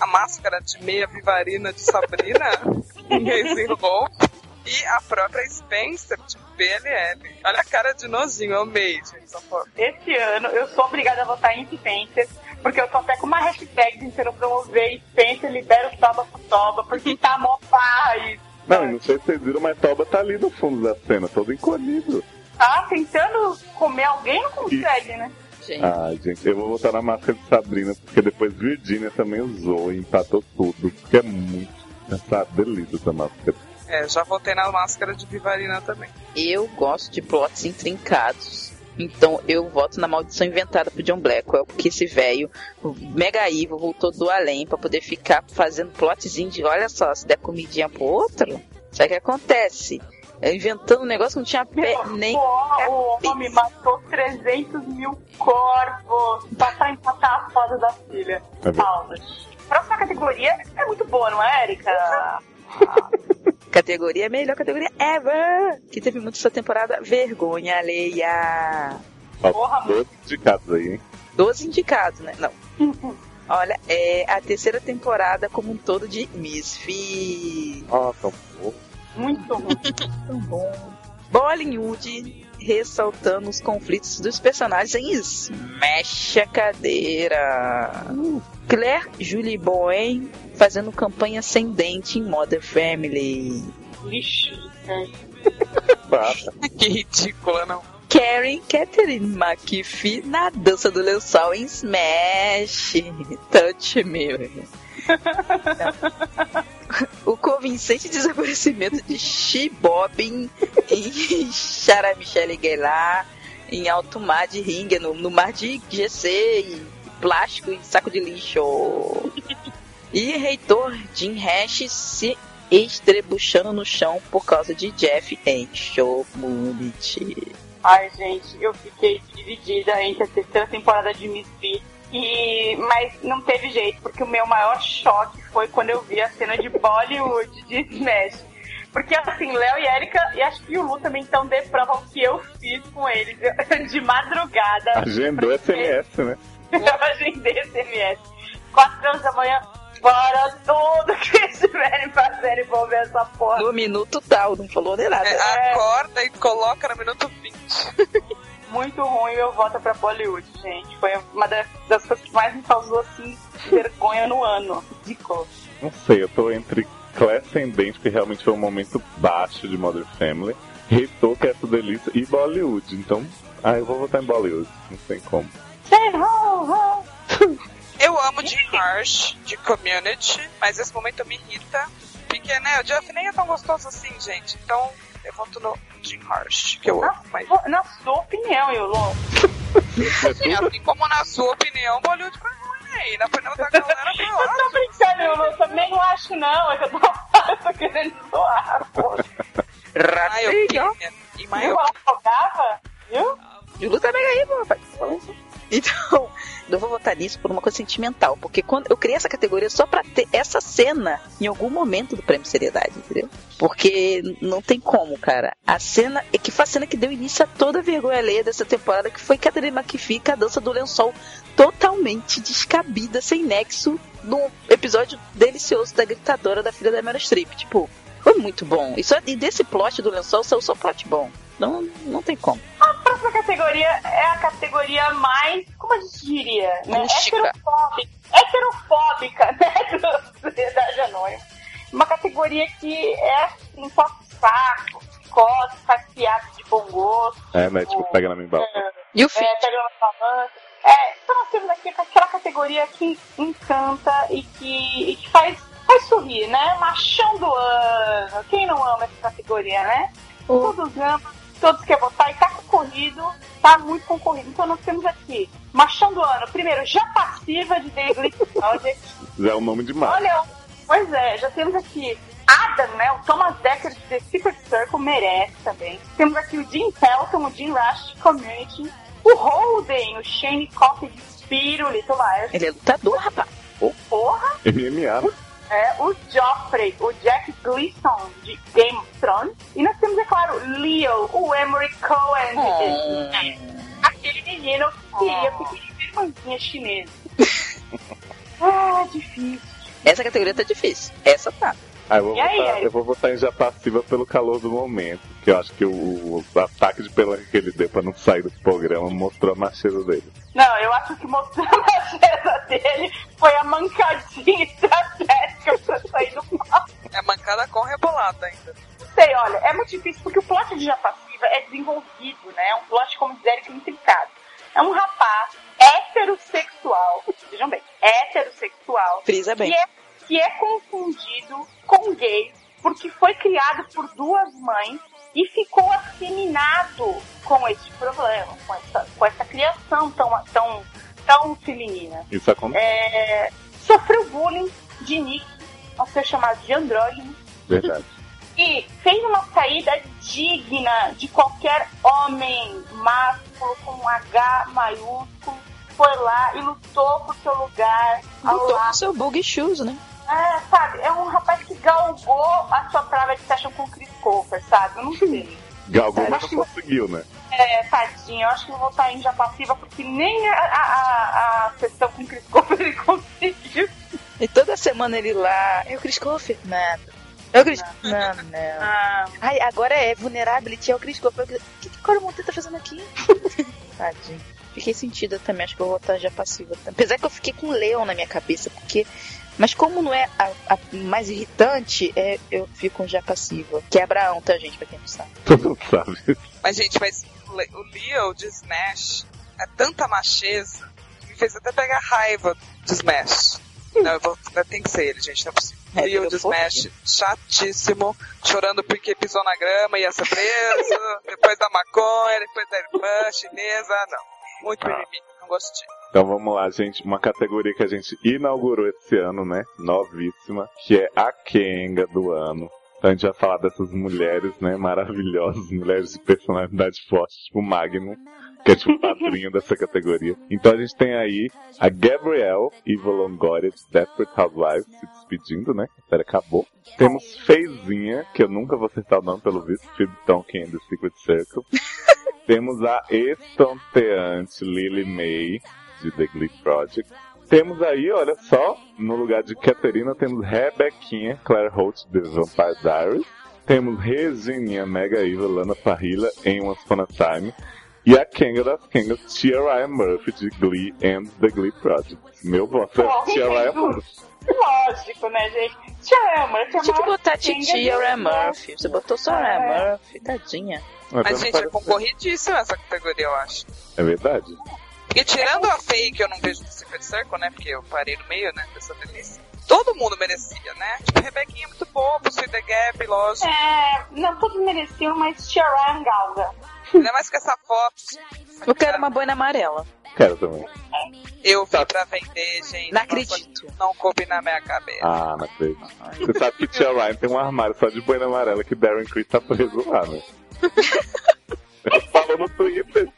a máscara de meia vivarina de Sabrina, em Raising Hope, e a própria Spencer de PLL. Olha a cara de nozinho, eu amei, gente, essa foto.
Esse ano eu sou obrigada a votar em Spencer, porque eu tô até com uma hashtag tentando promover Spencer libera o Toba pro Toba, porque tá mó barra isso.
Não, e não sei se vocês viram, mas Toba tá ali no fundo da cena, todo encolhido.
tá tentando comer alguém não consegue, né?
Gente,
Ai, Ah, gente, eu vou voltar na máscara de Sabrina, porque depois Virginia também usou e empatou tudo, porque é muito. Essa delícia essa máscara.
É, já votei na máscara de vivarina também.
eu gosto de plots intrincados. Então eu voto na maldição inventada por John Blackwell, porque esse velho, mega Ivo, voltou do além pra poder ficar fazendo plotzinho de olha só, se der comidinha pro outro, sabe o que acontece? É, Inventando um negócio que não tinha pé nem.
o, o homem matou 300 mil corpos pra empatar a foda da filha.
Tá bom.
Palmas. Próxima categoria é muito boa, não é, Erika?
Categoria melhor categoria ever! Que teve muito essa temporada vergonha alheia.
Porra,
Ó, dois indicados aí, hein?
12 indicados, né? Não. Olha, é a terceira temporada como um todo de Misfits.
Ah,
Ó,
tá
tão fofo.
Muito ruim.
tão bom. Bollywood ressaltando os conflitos dos personagens em Smash a Cadeira. Claire Julie Bowen fazendo campanha ascendente em Modern Family.
Lixo. Tá,
Bata.
Que ridícula, não.
Karen Catherine McPhee na dança do lençol em Smash. Touch me. o convincente desaparecimento de She Bobbin em Sarah Michelle Gellar em alto mar de ringue, no, no mar de GC, em plástico e saco de lixo. E reitor Jim Hash se estrebuchando no chão por causa de Jeff em Show Community.
Ai, gente, eu fiquei dividida entre a terceira temporada de Misfits e mas não teve jeito, porque o meu maior choque foi quando eu vi a cena de Bollywood de Smash. Porque assim, Léo e Erika, e acho que o Lu também estão de prova o que eu fiz com ele de madrugada.
Agendou SMS,
É.
né?
Eu agendei SMS. Quatro horas da manhã, para tudo que eles tiverem fazer e vou ver essa porra.
No minuto tal, não falou nem nada.
É, acorda e coloca no minuto 20.
Muito ruim, eu volto pra Bollywood, gente. Foi uma das, das coisas que mais me causou, assim, vergonha no ano. Ridículo.
Não sei, eu tô entre Clascendente, que realmente foi um momento baixo de Mother Family, Retoca essa delícia e Bollywood. Então, ah, eu vou votar em Bollywood, não tem como.
Say ho, ho.
Eu amo de Harsh, de Community, mas esse momento me irrita. Porque, né, o Jeff nem é tão gostoso assim, gente. Então, eu voto no Jim Harsh, que eu
Na,
amo. Mas,
vo- na sua opinião, Yolon.
assim, assim como na sua opinião, Bollywood foi ruim aí. Na opinião da galera foi
Eu tô
ótimo.
brincando, Yolon. Eu também não acho, não. É que eu tô, eu tô querendo zoar, pô.
Em my opinion. Em my
Viu? Ela jogava, viu?
Julu tá mega aí, pô, rapaz. Falou isso. Então, eu vou votar nisso por uma coisa sentimental, porque quando eu criei essa categoria só pra ter essa cena em algum momento do prêmio Seriedade, entendeu? Porque não tem como, cara. A cena é que foi a cena que deu início a toda a vergonha alheia dessa temporada, que foi Catherine McPhee com a dança do lençol totalmente descabida, sem nexo, num episódio delicioso da gritadora da filha da Meryl Streep. Tipo, foi muito bom. E, só, e desse plot do lençol saiu só um plot bom. Não, não tem como.
Essa categoria é a categoria mais, como a gente diria, né?
Rústica.
Heterofóbica, heterofóbica, né? Do Sociedade Anônima. Uma categoria que é assim, só saco, costa, saqueado de bom gosto.
É, né? Tipo, pega na minha bala.
E o fim?
É, pega uma balança. É, então nós temos aqui aquela categoria que encanta e que, e que faz, faz sorrir, né? Machão do ano. Quem não ama essa categoria, né? Todos amam, todos querem votar e tá concorrido, tá muito concorrido. Então nós temos aqui, machão do ano. Primeiro, já passiva de The Glitter Project.
Já é o nome de marca.
Olha, pois é, já temos aqui Adam, né? O Thomas Decker de The Secret Circle merece também. Temos aqui o Jim Pelton, o Jim Rush de Community. O Holden, o Shane Coffey de Spirulito Myers.
Ele é lutador, rapaz.
O porra
MMA.
é o Joffrey, o Jack Gleason de Game of Thrones. E nós temos, é claro, Leo, o Emery Cohen de The Aquele menino que queria pequenininha irmãzinha chinesa. ah, difícil.
Essa categoria tá difícil. Essa tá.
Ah, eu vou,
E aí,
votar,
Eric?
eu vou votar em já passiva pelo calor do momento. Que eu acho que o, o ataque de pelanca que ele deu pra não sair do programa mostrou a macheza dele.
Não, eu acho que mostrando a cena dele foi a mancadinha estratégica pra sair do mal.
É mancada com rebolada ainda.
Não sei, olha, é muito difícil porque o plot de Já Passiva é desenvolvido, né? É um plot, como dizer, que intricado. É um rapaz heterossexual, vejam bem, heterossexual,
Frisa bem.
que é, que é confundido com gay porque foi criado por duas mães e ficou afeminado com esse problema, com essa, com essa criação tão, tão, tão feminina
Isso acontece,
é, sofreu bullying de Nick, ao ser chamado de andrógeno,
verdade.
e fez uma saída digna de qualquer homem másculo com H maiúsculo. Foi lá e lutou por seu lugar. ao
Lutou
lado.
com seu bug shoes, né?
É, sabe? É um rapaz que galgou a sua praia de session com o Chris Cooper, sabe? Eu não sei.
Galgou, mas
Acho que-
não conseguiu, né?
É, tadinho, eu acho que eu vou estar em já passiva, porque nem a, a, a- a sessão com o Chris Cooper ele conseguiu.
E toda semana ele lá. É o Chris Coffer? Nada. É o Chris. Não, não.
Ah,
Ai, agora é vulnerability, é o Chris Coffer. O que, que o Coro Monteiro tá fazendo aqui? Tadinho. Fiquei sentida também, acho que eu vou votar já passiva. também. Apesar que eu fiquei com o Leon na minha cabeça, porque. Mas como não é a, a mais irritante, é, eu fico com já passiva. Que é Abraão, tá, gente? Pra quem não sabe.
Todo mundo sabe.
Mas, gente, mas o Le- o Leo de Smash é tanta macheza que me fez até pegar raiva do Smash. Não, eu vou, tem que ser ele, gente, não é possível.
É,
Leo de
eu vou
Smash, chatíssimo, chorando porque pisou na grama e ia ser preso, depois da maconha, depois da irmã chinesa, ah, não. Muito
Ah.
mimimi, não gostei.
Então vamos lá, gente. Uma categoria que a gente inaugurou esse ano, né? Novíssima, que é a Kenga do ano. Então a gente vai falar dessas mulheres, né? Maravilhosas, mulheres de personalidade forte, tipo Magnum. que é tipo padrinho dessa categoria. Então a gente tem aí a Gabrielle Eva Longoria de Desperate Housewives se despedindo, né? A série acabou. Temos Feizinha, que eu nunca vou acertar o nome pelo visto, Phoebe Tonkin and the Secret Circle. Temos a estonteante Lily May de The Glee Project. Temos aí, olha só, no lugar de Caterina, temos Rebequinha, Claire Holt de Vampire Diaries. Temos Regininha, Mega Evil, Lana Parrilla em Once Upon a Time. E a Kenga das Kengas, Tiara Murphy de Glee and The Glee Project. Meu voto é
Oh,
Tiara Murphy.
Jesus. Lógico, né, gente? Tia Emma, tia
Tinha que
Mara-
botar
Quem
titia
ganhou?
Ryan Murphy. É. Você botou só Ryan Murphy, tadinha.
Mas, gente, é concorridíssima essa categoria, eu acho.
assim. É verdade.
E tirando a Faye, que eu não vejo no Secret Circle, né? Porque eu parei no meio, né? Dessa delícia. Todo mundo merecia, né? Tipo, Rebequinha é muito bobo, Sweet the Gap, lógico.
É, não, todos mereciam, mas Tia Ryan galga.
Ainda mais com essa foto.
É. Eu quero uma boina amarela.
Quero também.
Eu vim pra vender, gente.
Não
Nossa,
acredito.
Não coube na minha cabeça.
Ah, não sei. Você sabe que Tia Ryan tem um armário só de boina amarela que Darren Criss tá preso lá, né? Falou no Twitter.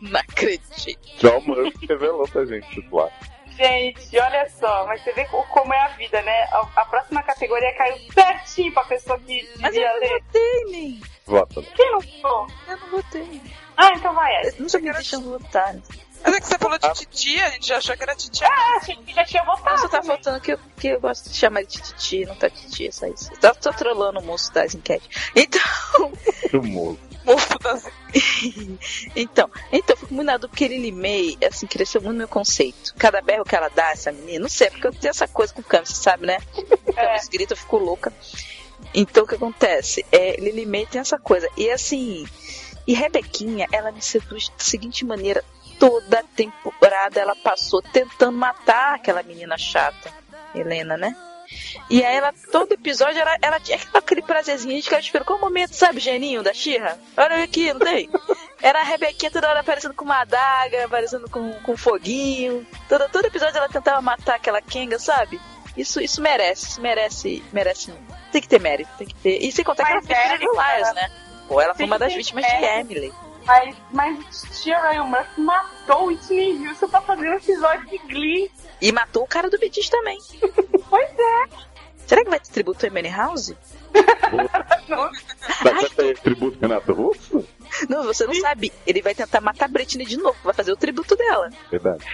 Não acredito.
John Murphy revelou pra gente tipo, ah, isso lá.
Gente, olha só, mas você vê co- como é a vida, né? A, a próxima categoria caiu certinho pra pessoa que
Mas
devia
eu não
ler.
votei, nem.
Vota.
Quem não ficou?
Eu não votei.
Ah, então vai essa.
Eu não sei me deixando votar.
Mas é que você falou de titia, a gente já achou que era é titia.
Ah, achei que já tinha votado. né?
Não, só tá
também.
faltando que eu, que eu gosto de chamar ele de titi, não tá titi, é só isso. Tá tô trolando o moço das enquetes. Então,
Chumoso.
Mofo um das...
então, então, eu fico muito na dúvida porque ele May, assim, cresceu muito meu conceito. Cada berro que ela dá, essa menina, não sei, porque eu tenho essa coisa com o Camis, você sabe, né? O Camis grita, eu fico louca. Então, o que acontece? É, Lily May tem essa coisa. E assim, e Rebequinha, ela me seduz da seguinte maneira. Toda temporada ela passou tentando matar aquela menina chata, Helena, né? E aí ela, todo episódio, ela, ela tinha aquele prazerzinho, a gente ficava esperando. Qual o momento, sabe, geninho da Xirra? Olha aqui, não tem? Era a Rebequinha toda hora aparecendo com uma adaga, aparecendo com, com um foguinho. Todo, todo episódio ela tentava matar aquela Kenga, sabe? Isso, isso merece, isso merece, merece. Tem que ter mérito, tem que ter. E sem contar que ela
Mas
fez filha
é,
do Lias,
ela-
né? Pô, ela foi
Tem
uma
que
das
ter
vítimas de
mérito.
Emily.
Mas, mas Tia Ryan Murphy matou o Whitney Houston pra fazer um episódio de Glee.
E matou o cara do Betis também.
Pois é.
Será que vai ter tributo em Manny House?
Dá pra ter tributo Renato Russo?
Não, você não sabe. Ele vai tentar matar a Britney de novo, vai fazer o tributo dela.
Verdade.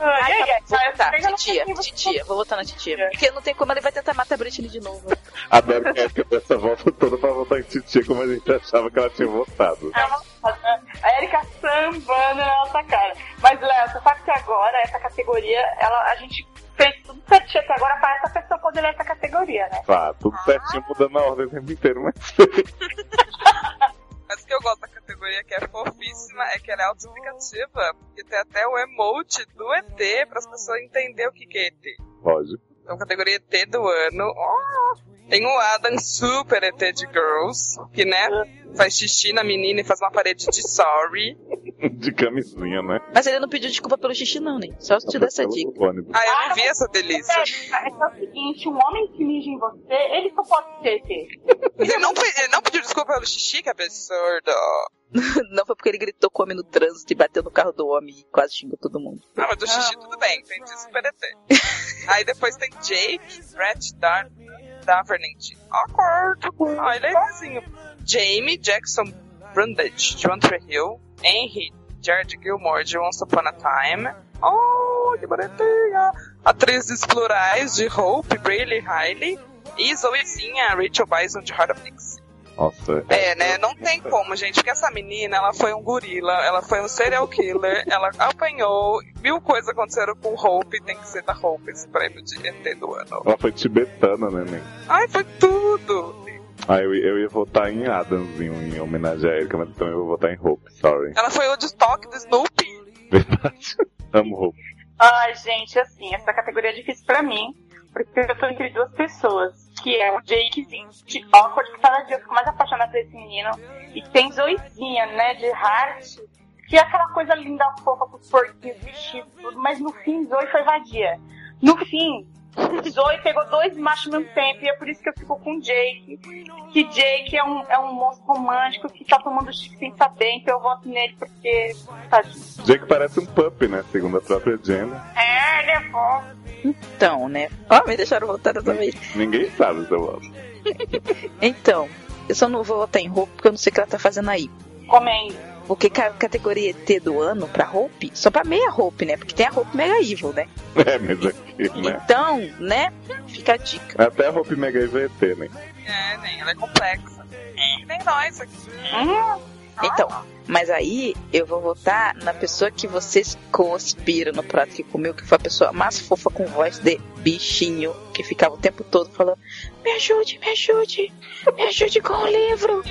Ai, ai, ai,
Vou
ai,
votar,
pega no
tá titia,
pouquinho, você-
titia, vou votar na titia. Porque não tem como ele vai tentar matar a Britney de novo.
Adoro que ela deu essa volta toda pra voltar em Titia como a gente achava que ela tinha votado.
A Erika sambando na nossa cara. Mas, Léo, você sabe que agora essa categoria, ela, a gente fez tudo certinho até agora pra essa pessoa poder ler essa categoria, né?
Tá, tudo certinho, mudando a ordem o tempo inteiro, mas
Mas o que eu gosto da categoria, que é fofíssima, é que ela é auto-explicativa. Porque tem até o emote do ET, para as pessoas entenderem o que que é ET.
lógico.
Então, categoria ET do ano. Ó! Tem o Adam Super ET de Girls, que, né, faz xixi na menina e faz uma parede de sorry.
De camisinha, né?
Mas ele não pediu desculpa pelo xixi, não, nem. Só se te dar essa
Pelo
dica.
ônibus.
Ah, eu não vi essa delícia.
É, é o seguinte, um homem que mija em você, ele só pode ser ET.
Ele não, pe- ele não pediu desculpa pelo xixi, que absurdo.
Não foi porque ele gritou com o homem no trânsito e bateu no carro do homem e quase xingou todo mundo.
Ah, mas do xixi tudo bem, entendi super ET. Aí depois tem Jake, Brett Dar Davernant. Awkward. Ah, ele é vizinho. Jamie, Jackson Brundage, John Hill, Henry, Jared Gilmore de Once Upon a Time. Oh, que bonitinha! Atrizes plurais de Hope, Braylee Riley e Zoezinha, Rachel Bison de Heart of Things.
Nossa.
É, né? Não tem como, gente, porque essa menina, ela foi um gorila, ela foi um serial killer, ela apanhou, mil coisas aconteceram com Hope, tem que ser da Hope esse prêmio de ET do ano.
Ela foi tibetana, né, Nen?
Ai, foi tudo!
Ah, eu, eu ia votar em Adamzinho em homenagem a Erika, mas então eu vou votar em Hope, sorry.
Ela foi o estoque do Snoopy.
Verdade. Amo Hope.
Ai, gente, assim, essa categoria é difícil pra mim, porque eu tô entre duas pessoas, que é o Jakezinho de Awkward, que cada dia eu fico mais apaixonada por esse menino, e tem Zoizinha, né, de Heart, que é aquela coisa linda, fofa, com os porquinhos, vestidos, tudo, mas no fim Zoe foi vadia. No fim, Zoe pegou dois machos no mesmo tempo e é por isso que eu fico com o Jake. Que Jake é um, é um monstro romântico que tá tomando chique sem saber, então eu voto nele porque. tadinho.
Jake parece um pup, né? Segundo a própria Jenna.
É, ele é fofo.
Então, né? Ó, me deixaram votar dessa vez.
Ninguém sabe se eu gosto.
Então, eu só não vou votar em roupa porque eu não sei o que ela tá fazendo aí.
Comendo.
Porque ca- categoria ET do ano pra roupa, só pra meia roupa, né? Porque tem a roupa mega evil, né?
É, mas aqui, né?
Então, né? Fica a dica.
Até a roupa mega IVT, né?
É, nem, ela é complexa. Nem nós aqui.
Então, mas aí eu vou votar na pessoa que vocês conspiram no prato que comeu, que foi a pessoa mais fofa com voz de bichinho, que ficava o tempo todo falando: Me ajude, me ajude, me ajude com o livro.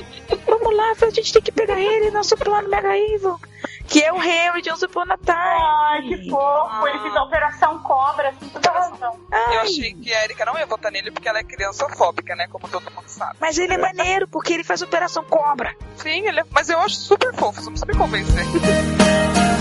Vamos lá, a gente tem que pegar ele, nosso plano mega evil. Que é o Harry de Once Upon a Time.
Ai, que fofo. Ele fez a operação cobra, assim, toda razão.
Ai,
Eu achei que a Erika não ia votar nele porque ela é criançofóbica, né? Como todo mundo sabe.
Mas ele é maneiro, porque ele faz Operação Cobra.
Sim, ele é... mas eu acho super fofo, você não precisa me convencer.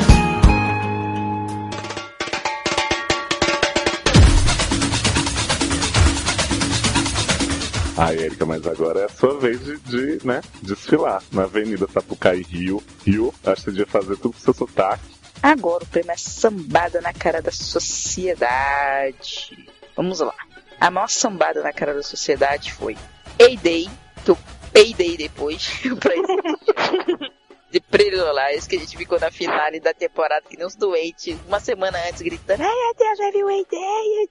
Ai, Erika, mas agora é a sua vez de, de, né, desfilar na Avenida Sapucaí Rio. Rio, acho que você devia fazer tudo com seu sotaque.
Agora o prêmio é sambada na cara da sociedade. Vamos lá. A maior sambada na cara da sociedade foi Payday, que eu peidei depois pra esse- de Prelolares, que a gente ficou na finale da temporada que nem uns doentes, uma semana antes, gritando: Ai, meu Deus, já viu Payday,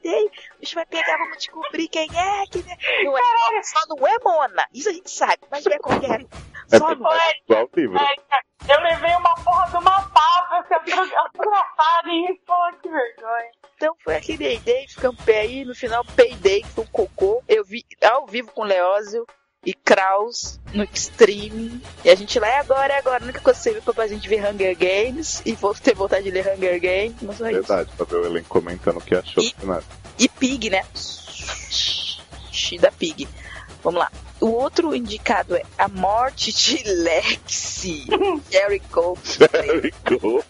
Payday, o bicho vai pegar, vamos descobrir quem é. Que né? não é só não é Mona, isso a gente sabe, mas vai qualquer.
É
Só
porque
não.
é igual o livro.
Érica, eu levei uma porra de uma papa, você atrapalhada e pô, que vergonha.
Então foi aquele Day, ficamos pé aí, no final peidei, que foi um cocô. Eu vi ao vivo com Leózio e Kraus no Extreme. E a gente lá, é agora, é agora. A única coisa que serviu foi pra gente ver Hunger Games e vou ter vontade de ler Hunger Games, mas só isso.
Verdade, pra ver o elenco comentando o que achou.
É. E-
Né?
E Pig, né? Xi da Pig. Vamos lá. O outro indicado é A Morte de Lexi. Jericho.
Very cool.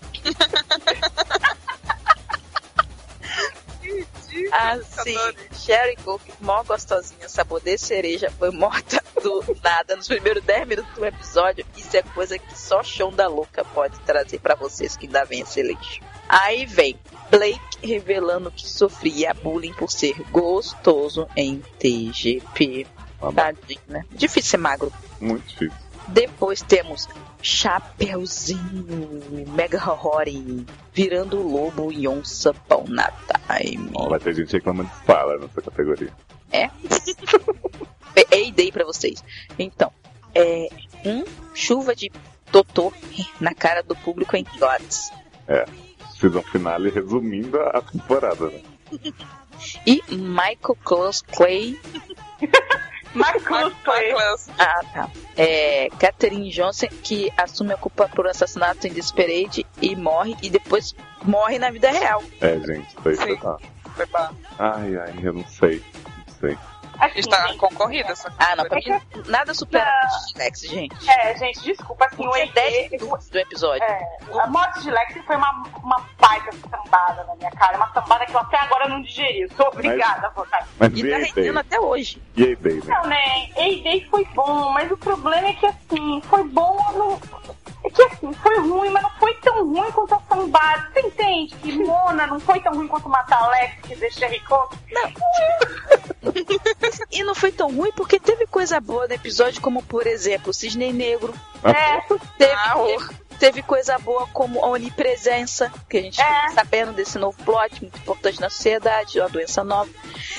Tá
Assim, Sherry Cook, mó gostosinha, sabor de cereja, foi morta do nada nos primeiros 10 minutos do episódio. Isso é coisa que só chão da louca pode trazer pra vocês que ainda vem esse lixo. Aí vem Blake revelando que sofria bullying por ser gostoso em TGP.
Tá bom.
Tadinho, né? Difícil ser magro.
Muito difícil.
Depois temos Chapeuzinho, Mega Horrorin, virando o lobo em onça pão na time.
Ó, vai ter gente reclamando de fala nessa categoria.
É. Pe- Ei, dei É, pra vocês. Então, é. Um, chuva de totô na cara do público em Gods.
Season finale resumindo a a temporada, né?
E Michael Close Clay.
Marcos foi.
Douglas,
Ah, tá. É. Catherine Johnson, que assume a culpa por assassinato em Desperate e morre. E depois morre na vida real.
É, gente, foi
Sim.
isso. tá.
foi pra-
Ai, ai, eu não sei. Não sei.
A
Assim,
gente tá
gente,
concorrida, só que.
Uhum. Ah, não, pra mim nada supera a Lex, gente.
É, gente, desculpa, assim, o
Tinha 10
ET.
minutos do episódio.
É, a morte de Lex foi uma, uma baita sambada na minha cara. Uma sambada que eu até agora não digeri. Sou obrigada a votar.
Mas
E
e
tá
aí, Day?
rendendo até hoje.
E aí, Day, né?
Não, né? A-Day foi bom, mas o problema é que assim, foi bom não. É que assim, foi ruim, mas não foi tão ruim quanto a sambada. Você entende que Mona não foi tão ruim quanto matar Alex que deixa Rico?
E não foi tão ruim porque teve coisa boa no episódio, como por exemplo, o Cisne Negro.
É,
Teve,
Ah, o-
teve, teve coisa boa como a onipresença, que a gente
É.
fica sabendo desse novo plot, muito importante na sociedade, uma doença nova.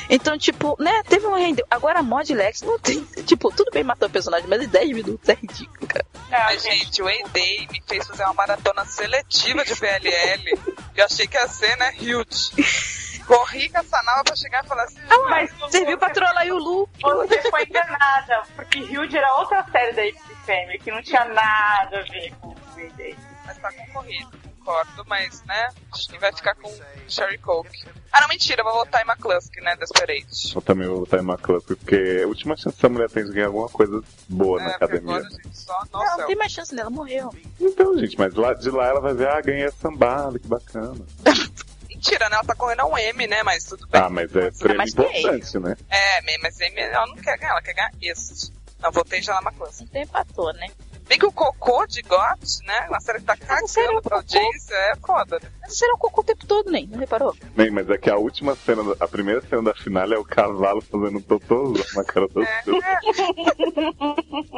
Então, tipo, né, teve um rendeu. Agora a mod Lex não tem. Tipo, tudo bem matar o personagem, mas em 10 minutos é ridículo, cara.
é,
Mas, Ah, gente, o Endei me fez fazer uma maratona seletiva de PLL. eu achei que a cena é huge. Corri com essa nava pra chegar e falar assim.
Mas
Serviu pra trollar o Lu.
Você foi enganada, porque Hilde era outra série da ABC Family que não tinha nada a ver com o Mayday.
Mas tá concorrido, concordo, mas, né? Acho que vai ficar com Sherry Coke. Ah, não, mentira, eu vou votar em McCluskey, né? Desperate.
Eu também vou botar em McClung, porque a última chance que essa mulher tem de ganhar alguma coisa boa na
É, porque
academia. né?
agora, gente, só.
Não,
Nossa,
não tem mais chance dela, morreu.
Então, gente, mas lá, de lá ela vai ver, ah, ganhei a sambada, que bacana.
eu- Mentira, né? Ela tá correndo a um M, né? Mas tudo bem.
Ah, mas é
Ah,
prêmio
mas tem.
importante, né?
É, mas M ela não quer ganhar, ela quer ganhar este. Não, votei já na McClus.
Então empatou, né?
Bem que o cocô de Got, né? Uma série que tá
sério, o
cagando pra
cocô?
audiência, é foda. né?
Mas será o cocô o tempo todo, nem? Não reparou?
Bem, mas é que a última cena, da- a primeira cena da final é o cavalo fazendo um totozão na cara do seu.
É,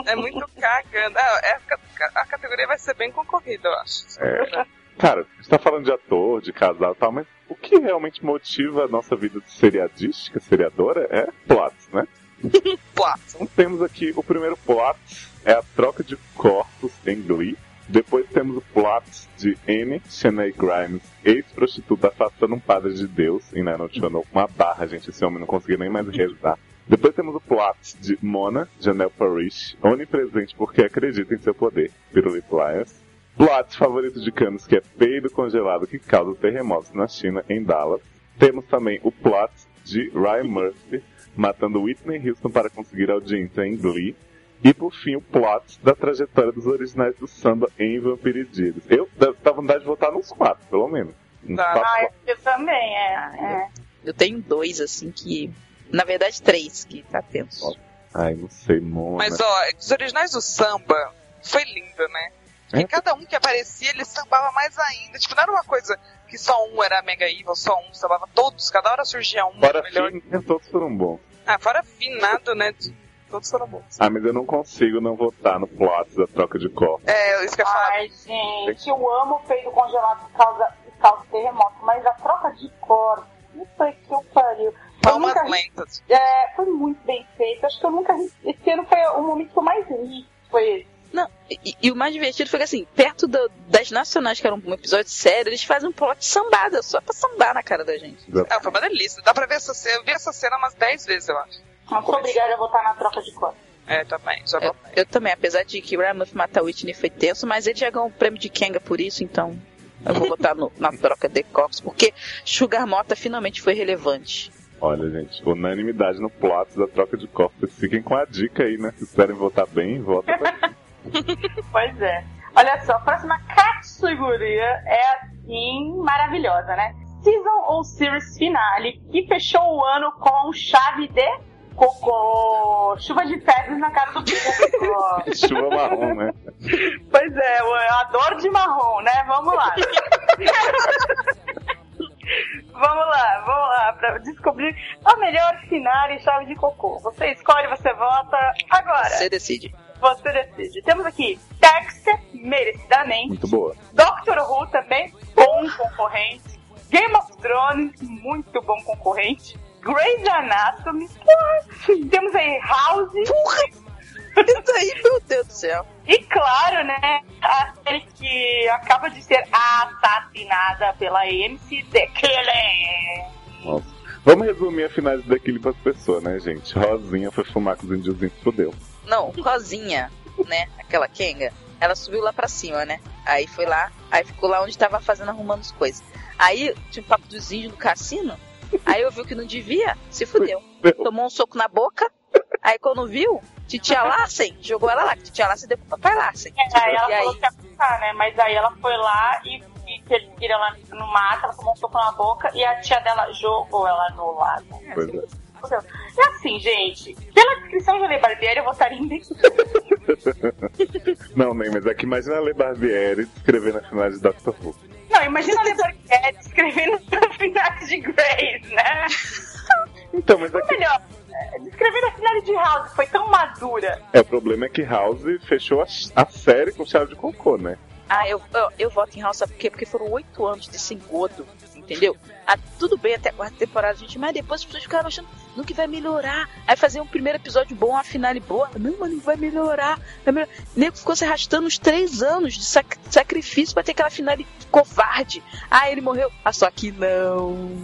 é. É muito cagando. Ah, é, a- a categoria vai ser bem concorrida, eu acho.
É. Cara, a gente tá falando de ator, de casal e tal, mas o que realmente motiva a nossa vida de seriadística, seriadora, é plots, né?
Plá.
Então temos aqui o primeiro plot, é a troca de corpos em Glee. Depois temos o plot de Anne Shanae Grimes, ex-prostituta afastando um padre de Deus em Nine Inch Nails. Uma barra, gente, esse homem não conseguiu nem mais rezar. Depois temos o plot de Mona, Janelle Parrish, onipresente porque acredita em seu poder, Pirulito Liars. Plot favorito de Camus, que é peido congelado que causa terremotos na China, em Dallas. Temos também o plot de Ryan Murphy, matando Whitney Houston para conseguir audiência em Glee. E por fim, o plot da trajetória dos originais do samba em Vampiridídeos. Eu da- dá vontade de votar nos quatro, pelo menos. Nos
Tá.
quatro
Ah,
plots.
eu também, é. é.
Eu tenho dois, assim, que. Na verdade, três que tá tenso.
Ai, não sei, Mona.
Mas ó, os originais do samba foi lindo, né? Porque
É.
cada um que aparecia, ele sambava mais ainda. Tipo, não era uma coisa que só um era mega evil, só um sambava todos, cada hora surgia um
Fora
melhor.
fim, todos foram bons.
Ah, fora finado, né? de- Todos foram bons.
Ah, mas eu não consigo não votar no plot da troca de corpos.
É, isso que eu ia falar.
Ai, gente, eu amo o peido congelado que causa, que causa terremoto, mas a troca de corpos, puta que eu pariu. Eu
Palmas
nunca ri-
lentas.
é, foi muito bem feito. Acho que eu nunca ri. Esse ano foi o momento que eu mais ri. Foi esse.
Não, e, e o mais divertido foi que, assim, perto da- das nacionais, que era um episódio sério, eles fazem um plot sambada, só pra sambar na cara da gente.
Ah, foi uma delícia. Dá pra ver essa cena. Eu vi essa cena umas 10 vezes, eu acho.
Não sou obrigada a votar na troca de corpos.
É, também. Já
Eu,
vou...
tá eu também, apesar de que Ryan Murphy matar Whitney foi tenso, mas ele já ganhou o prêmio de Kenga por isso, então eu vou botar no- na troca de corpos, porque Sugar Mota finalmente foi relevante.
Olha, gente, unanimidade no plot da troca de corpos. Fiquem com a dica aí, né? Se quiserem votar bem, vota pra
Pois é. Olha só, a próxima categoria é assim maravilhosa, né? Season ou Series Finale, que fechou o ano com chave de cocô. Chuva de fezes na cara do público.
chuva marrom, né?
pois é, eu adoro de marrom, né? Vamos lá. Vamos lá, vamos lá, pra descobrir a melhor finale chave de cocô. Você escolhe, você vota agora.
Você decide.
Você decide. Temos aqui Dexter, merecidamente.
Muito boa.
Doctor Who também, bom concorrente. Game of Thrones, muito bom concorrente. Grey's Anatomy. what? Temos aí House.
Isso aí, meu Deus do céu.
E claro, né? A série que acaba de ser assassinada pela MC The Killing.
Nossa. Vamos resumir a finais daquele pras pessoas, né, gente? Rosinha foi fumar com os índiozinhos, fudeu.
Não, Rosinha, né? Aquela Kenga, ela subiu lá pra cima, né? Aí foi lá, aí ficou lá onde tava fazendo, arrumando as coisas. Aí tinha um papo dos índios no cassino, aí eu vi que não devia, se fudeu. Tomou um soco na boca, aí quando viu, titia Larsen jogou ela lá, que titia Larsen deu pro papai Larsen.
É, Aí ela
E aí?
falou que ia matar, né? Mas aí ela foi lá e, e que ele tira ela no mato, ela tomou um soco na boca e a tia dela jogou ela no lago.
Pois é.
Fudeu. E assim, gente, pela descrição de Lei Barbieri, eu votaria em Beck.
Não, nem, mas é que imagina a Le Barbieri descrevendo a finais de Doctor Who.
Não, imagina a Lei Barbieri escrevendo a finale de Grace, né?
Então, mas é
Ou
que
melhor, eh, descrevendo a finale de House, que foi tão madura.
é, o problema é que House fechou a, a série com chave de cocô, né?
Ah, eu, eu, eu voto em House, sabe por quê? Porque foram oito anos desse engodo, entendeu? Ah, tudo bem até a quarta temporada, gente, mas depois as pessoas ficaram achando não que vai melhorar. Aí fazer um primeiro episódio bom, uma finale boa. Não, mano, vai melhorar. Vai melhorar. O nego ficou se arrastando uns três anos de sac- sacrifício pra ter aquela finale covarde. Ah, ele morreu. Ah, só que não.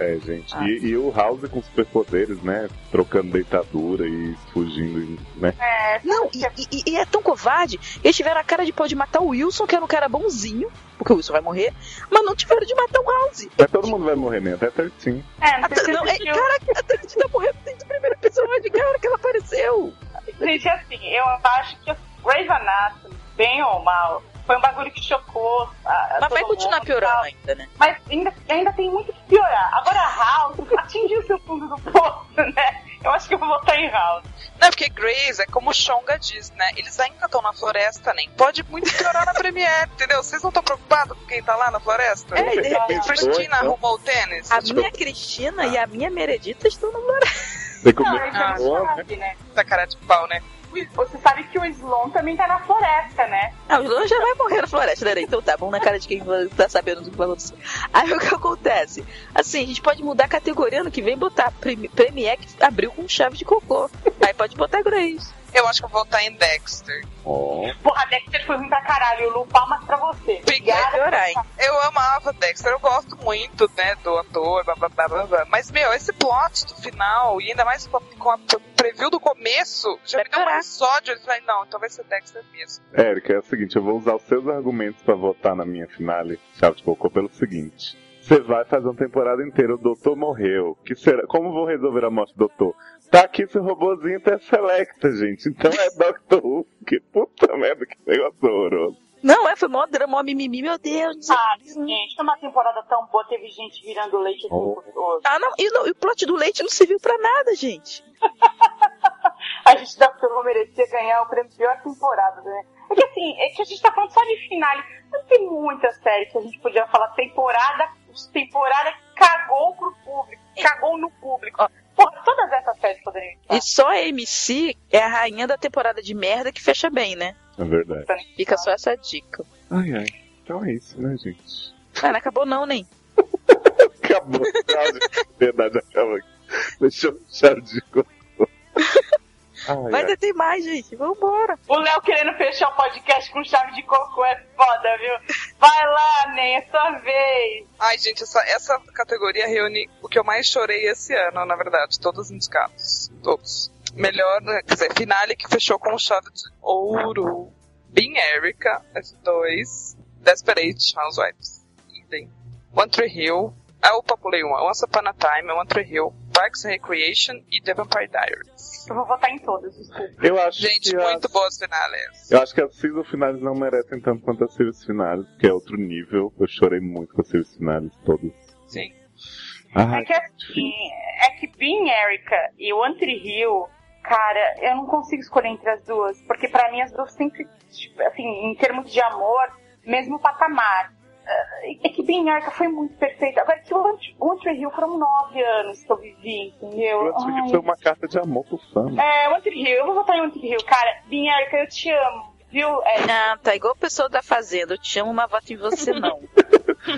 É, gente.
Ah.
E, e o House com superpoderes, né? Trocando deitadura e fugindo, né?
É,
Não, e, e- e é tão covarde. Eles tiveram a cara de pau de matar o Wilson, que era um cara bonzinho, porque o Wilson vai morrer, mas não tiveram de matar o House.
Mas todo mundo vai morrer, né? Até certinho.
é, não sei
Ah, tá,
se
Não,
você
é,
assistiu.
caraca, a Trindade morreu desde o primeiro episódio, cara, que ela apareceu.
Gente, assim, eu acho que Grey's Anatomy, bem ou mal, Foi um bagulho que chocou. a- a
Mas
todo
vai continuar
mundo,
piorando
tal.
ainda, né?
Mas ainda, ainda tem muito que piorar. Agora a House atingiu seu fundo do poço, né? Eu acho que eu vou votar em House.
Não, porque Grace é como o Shonga diz, né? Eles ainda estão na floresta, nem. Pode muito piorar na Premiere, entendeu? Vocês não estão preocupados com quem tá lá na floresta?
É, Ah. de repente-
Cristina
Então,
arrumou o tênis?
A minha Cristina e a minha Meredita estão no
Você
Não,
comeu
isso
Ah,
é
bom, né?
chave, né?
Da cara de pau, né?
Você sabe que o Sloan também tá na floresta, né?
Ah, o Lohan já vai morrer na floresta, né? Então tá bom na cara de quem tá sabendo do que falou disso. Aí o que acontece? Assim, a gente pode mudar a categoria ano que vem e botar Premi- Premier que abriu com chave de cocô. Aí pode botar Grace.
Eu acho que eu vou votar em Dexter.
Ó,
Porra, a Dexter foi ruim pra caralho. Lu, palmas pra você.
Vai
Obrigada.
piorar, hein?
Eu amava Dexter, eu gosto muito, né, do ator, blá blá blá blá blá. Mas, meu, esse plot do final, e ainda mais com a, com a preview do começo, já
Vai
me deu um
piorar.
episódio. Eu falei, não, então vai ser Dexter mesmo.
Érica, é o seguinte, eu vou usar os seus argumentos pra votar na minha finale, chave de cocô, pelo seguinte. Você vai fazer uma temporada inteira, o doutor morreu. Que será? Como vou resolver a morte do doutor? Tá aqui esse robozinho até selecta, gente. Então é Doctor Who. Que puta merda, que negócio horroroso.
Não, é, foi mó drama, mó mimimi, meu Deus.
Ah, gente, foi uma temporada tão boa, teve gente virando leite assim
Oh.
gostoso.
Ah, não, e, não, e o plot do leite não serviu pra nada, gente.
A gente da Turma merecia ganhar o prêmio de pior temporada, né? É que assim, é que a gente tá falando só de finale. Mas tem muita série que a gente podia falar temporada, temporada que cagou pro público, cagou no público. Porra, todas essas séries poderiam
E só a MC é a rainha da temporada de merda que fecha bem, né?
É verdade.
Fica só essa dica.
Ai, ai. Então é isso, né, gente?
Ah, não acabou não, nem.
Acabou. A verdade acaba aqui. Deixa eu chave de cocô. Ai,
Mas
ai.
ainda tem mais, gente. Vambora.
O Léo querendo fechar o podcast com chave de coco é foda, viu? Vai lá, Nen, é sua vez.
Ai, gente, essa, essa categoria reúne o que eu mais chorei esse ano, na verdade. Todos os indicados. Todos. Melhor, né, quer dizer, finale que fechou com chave de ouro. Bean Erica, F2. Desperate Housewives. Idem. One Tree Hill. Ah, opa, pulei uma. Once Upon a Time, One Tree Hill. Parks and Recreation e The Vampire Diaries.
Eu vou votar em todas, desculpa.
Eu acho
Gente,
que a-
muito boas finales.
Eu acho que as series finais não merecem tanto quanto as series finais, que é outro nível. Eu chorei muito com as series finais todas.
Sim.
Ah,
É que assim, é que Bean Erica e One Tree Hill, cara, eu não consigo escolher entre as duas, porque pra mim as duas sempre, tipo, assim, em termos de amor, mesmo patamar. Eh, É que Bean Erica foi muito perfeita. Agora que One Tree- One Tree Hill foram nove anos que eu vivi, entendeu?
eu acho
Ai.
que foi uma carta de amor pro Sam.
É, One Tree Hill, eu vou votar em One Tree Hill. Cara, Bean Erica, eu te amo, viu? É,
Ah, tá igual o pessoal da Fazenda. Eu te amo, mas voto em você não.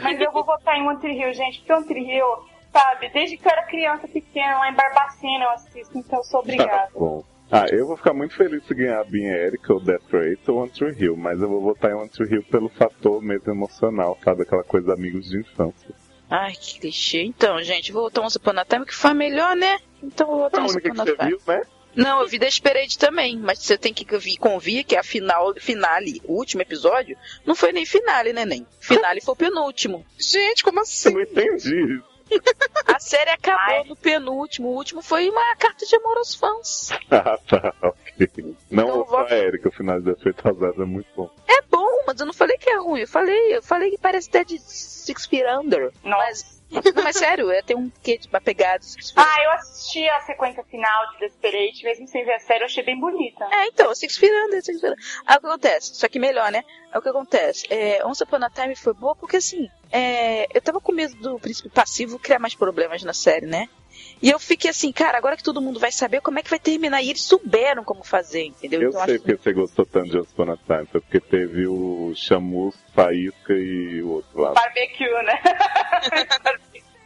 Mas eu vou votar em One Tree Hill, gente, porque One Tree Hill, sabe, desde que eu era criança pequena, lá em Barbacena eu assisto, então eu sou
Tá
obrigada.
bom. Ah, eu vou ficar muito feliz se ganhar a Bean Eric ou Death Race ou One Tree Hill, mas eu vou votar em One Tree Hill pelo fator mesmo emocional, sabe? Aquela coisa amigos de infância.
Ai, que clichê. Então, gente, vou voltar um Upon a Time, que foi a melhor, né? Então vou
É
voltar
a
um
única que
Upon a
você
Time.
viu, né?
Não, eu vi Desperate também, mas você tem que vi- convir que é a final, finale, o último episódio, não foi nem finale, né, nem? Finale foi o penúltimo.
Gente, como
Eu
assim?
não entendi.
A série acabou no penúltimo. O último foi uma carta de amor aos fãs.
Ah, tá, ok. Não
Então,
ouça
vou-
a Erika, o final de Death Race Azaz é muito bom.
É bom, mas eu não falei que é ruim. Eu falei, eu falei que parece até de Six Feet Under. Mas, não, mas sério, é, tem um quê de uma pegada. de Six Feet
Ah, eu assisti a sequência final de Desperate, mesmo sem ver a série, eu achei bem bonita.
É, então, Six Feet Under, Six Feet Under. Aí o que acontece? Só que melhor, né? Aí o que acontece? É, Once Upon a Time foi boa porque, assim, é, eu tava com medo do príncipe passivo criar mais problemas na série, né? E eu fiquei assim, cara, agora que todo mundo vai saber como é que vai terminar. E eles souberam como fazer, entendeu?
Eu
Então,
sei
acho-
porque você gostou tanto de Once Upon a Time, foi porque teve o Chamus, Faísca e o outro lá.
Barbecue, né?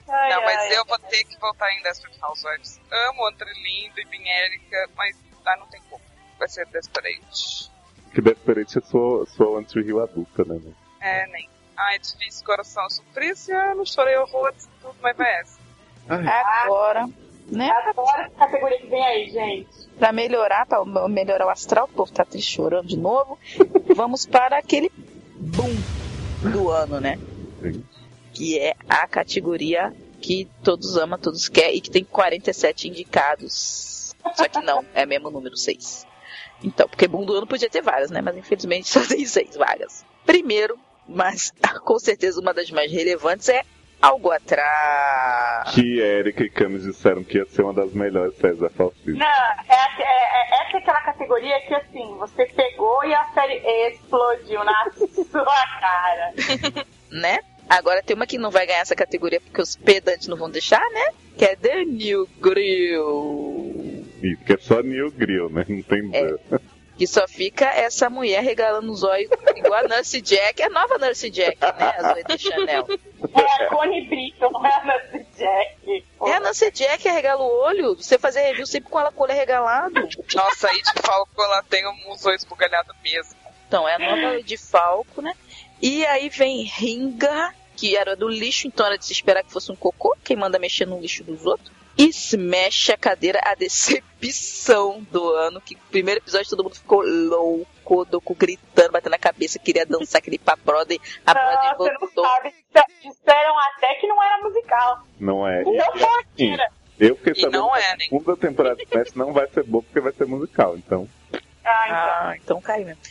Ai,
Não, mas
ai.
eu vou ter que voltar em Desperate Housewives. Amo André Lindo e Bin Erika, mas ah, não tem como. Vai ser Desperate.
Que Desperate é sua, sua One Tree Hill adulta, né? né?
É, nem. Ah, é difícil, coração. Eu sofri esse ano, chorei horrores e tudo, mas vai essa.
Agora, né?
Adoro essa categoria que vem aí, gente.
Pra melhorar, pra melhorar o astral, o povo tá triste chorando de novo. Vamos para aquele boom do ano, né?
Sim.
que é a categoria que todos amam, todos querem e que tem 47 indicados. Só que não, é mesmo o número 6. Então, porque Boom do Ano podia ter várias, né? Mas infelizmente só tem 6 vagas. Primeiro, mas com certeza uma das mais relevantes é Algo
Ah.
Atrás.
Que Erika e Camis disseram que ia ser uma das melhores séries da Falsista.
Não, é, aque- é- é- essa é aquela categoria que assim, você pegou e a série explodiu na sua cara.
né? Agora tem uma que não vai ganhar essa categoria porque os pedantes não vão deixar, né? Que é The New Grill.
E Porque é só Neil Grill, né? Não tem
É. Que só fica essa mulher regalando os olhos igual a Nancy Jack. É a nova Nancy Jack, né? A Zoe da Chanel.
É a Connie Britton, não é a Nancy Jack.
É a Nancy Jack que regala o olho. Você fazer review sempre com ela com o olho regalado.
Nossa, aí de Falco ela tem um zoio esbugalhado mesmo.
Então, é a nova de Falco, né? E aí vem Ringa, que era do lixo, então era de se esperar que fosse um cocô, quem manda mexer no lixo dos outros. E Smash a cadeira, a decepção do ano, que primeiro episódio todo mundo ficou louco, doco, gritando, batendo a cabeça, queria dançar aquele papo brother, a
Não,
brother
você não
voltou.
sabe. Disser- Disseram até que não era musical.
Não é. E,
Não
e, assim,
mentira.
eu fiquei
E
sabendo
não
que
é,
a
né?
segunda temporada de Smash não vai ser boa porque vai ser musical, então.
Ah, então.
Ah, então caiu mesmo.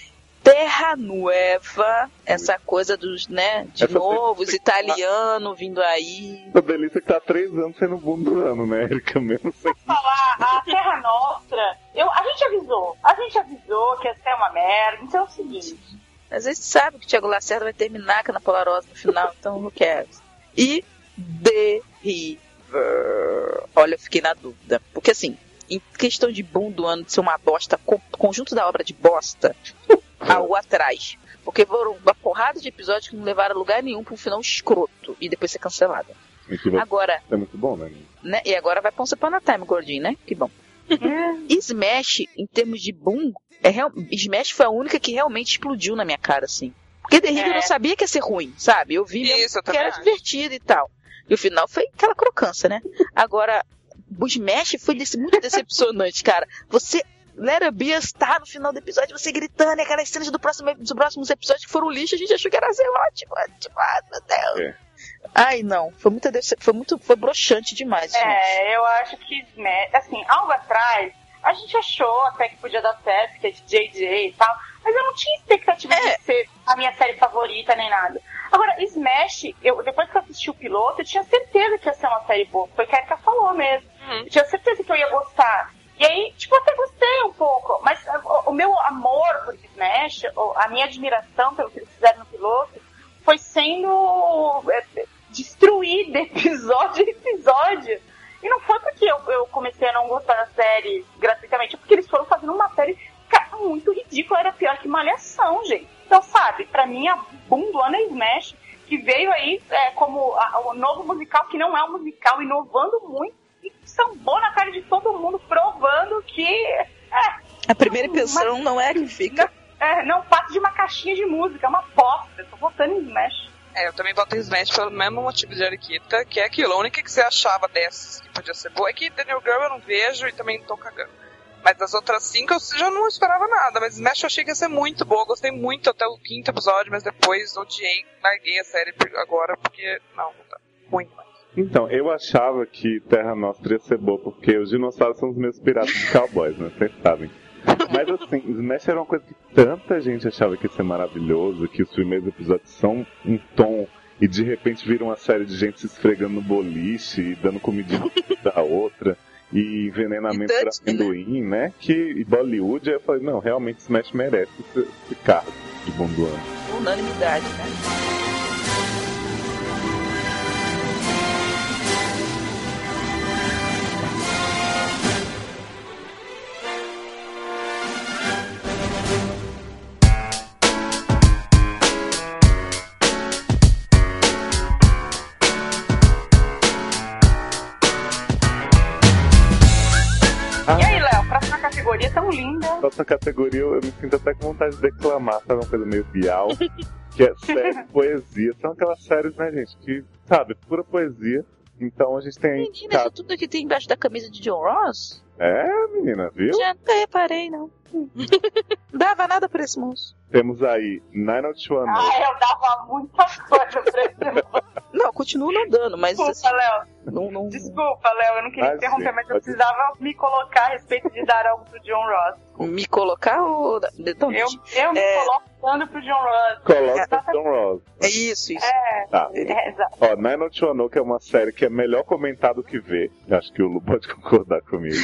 Terra Nueva, essa coisa dos, né, de
Essa
novo, os
sempre-
italianos vindo aí.
A delícia que tá há três anos sendo o boom do ano, né, Erika? Mesmo sem
falar, a Terra Nostra, eu, a gente avisou, a gente avisou que ia ser uma merda, então é o seguinte,
Mas a gente sabe que o Thiago Lacerda vai terminar com a Ana Paula Rosa no final, então não quero. E The River. Olha, eu fiquei na dúvida. Porque assim, em questão de boom do ano de ser uma bosta, co- conjunto da obra de bosta, algo atrás. Porque foram uma porrada de episódios que não levaram a lugar nenhum pra um final escroto e depois ser cancelada.
assim, que vai
Agora,
ser muito bom, né?
né? E agora vai pra um Sepana Time, gordinho, né? Que bom. Smash, em termos de boom, é real- Smash foi a única que realmente explodiu na minha cara, assim. Porque The Hill eu não sabia que ia ser ruim, sabe? Eu vi mesmo
Isso, eu
que
também
era
acho.
divertido e tal. E o final foi aquela crocância, né? Agora, o Smash foi desse- muito decepcionante, cara. Você. Let It Be está no final do episódio, você gritando, e aquelas cenas do próximo, dos próximos episódios que foram um lixo, a gente achou que era ser ótimo, ótimo, ai, meu Deus.
É.
Ai, não, foi muito, decep- foi muito, foi broxante demais. Smash.
é, eu acho que, né, assim, algo atrás, a gente achou até que podia dar certo, porque é de JJ e tal, mas eu não tinha expectativa de ser a minha série favorita nem nada. Agora, Smash, eu, depois que eu assisti o piloto, eu tinha certeza que ia ser uma série boa, foi o que a Erika falou mesmo. Eu tinha certeza que eu ia gostar. E aí, tipo, eu até gostei um pouco, mas ah, o, o meu amor por Smash, o- a minha admiração pelo que eles fizeram no piloto, foi sendo é, é, destruída episódio a episódio. E não foi porque eu, eu comecei a não gostar da série gratuitamente, é porque eles foram fazendo uma série cara, muito ridícula, era pior que Malhação, gente. Então, sabe, pra mim, a boom do ano é Smash, que veio aí é, como a- o novo musical, que não é um musical, inovando muito, e sambou na cara de todo mundo, provando que
A primeira impressão não é a que fica.
é, não passa de uma caixinha de música, é uma bosta. Eu tô votando em Smash.
É, eu também boto Smash pelo mesmo motivo de Ariquita, que é aquilo. A única que você achava dessas que podia ser boa é que Daniel Girl eu não vejo e também não tô cagando. Mas das outras cinco eu já não esperava nada, mas Smash eu achei que ia ser muito boa, gostei muito até o quinto episódio, mas depois odiei, larguei a série por- agora, porque não, não tá ruim.
Então, eu achava que Terra Nostra ia ser boa, porque os dinossauros são os meus piratas de cowboys, né? Vocês sabem. Mas assim, Smash era uma coisa que tanta gente achava que ia ser maravilhoso, que os primeiros episódios são um tom, e de repente vira uma série de gente se esfregando no boliche, e dando comidinha da outra, e envenenamento
E
pra
Dutch, né?
amendoim, né? Que, e Bollywood, aí eu falei, não, realmente Smash merece esse, esse carro de bom do ano.
Unanimidade, né?
E aí, Léo, próxima categoria tão linda.
Nossa categoria, eu eu me sinto até com vontade de declamar, sabe? Uma coisa meio bial. que é série poesia. São aquelas séries, né, gente, que, sabe, pura poesia. Então a gente tem.
Menina, isso tudo que tem embaixo da camisa de John Ross?
É, menina, viu?
Já nunca reparei, não. Dava nada pra esse moço.
Temos aí 90210.
Ah, eu dava muita coisa pra esse mundo.
Não, continuo não dando, mas assim,
Desculpa, Léo.
não, não...
Desculpa, Léo, eu não queria
Ah,
interromper,
sim,
mas eu
pode-
precisava me colocar a respeito de dar algo pro John Ross.
me colocar ou... Então,
Eu, eu me
É.
coloco voltando pro John Ross.
Coloca o John Ross.
É isso, isso.
Tá.
Ah, É, exato.
Ó, Nine Shonou, que é uma série que é melhor comentar do que ver. Eu Acho que o Lu pode concordar comigo.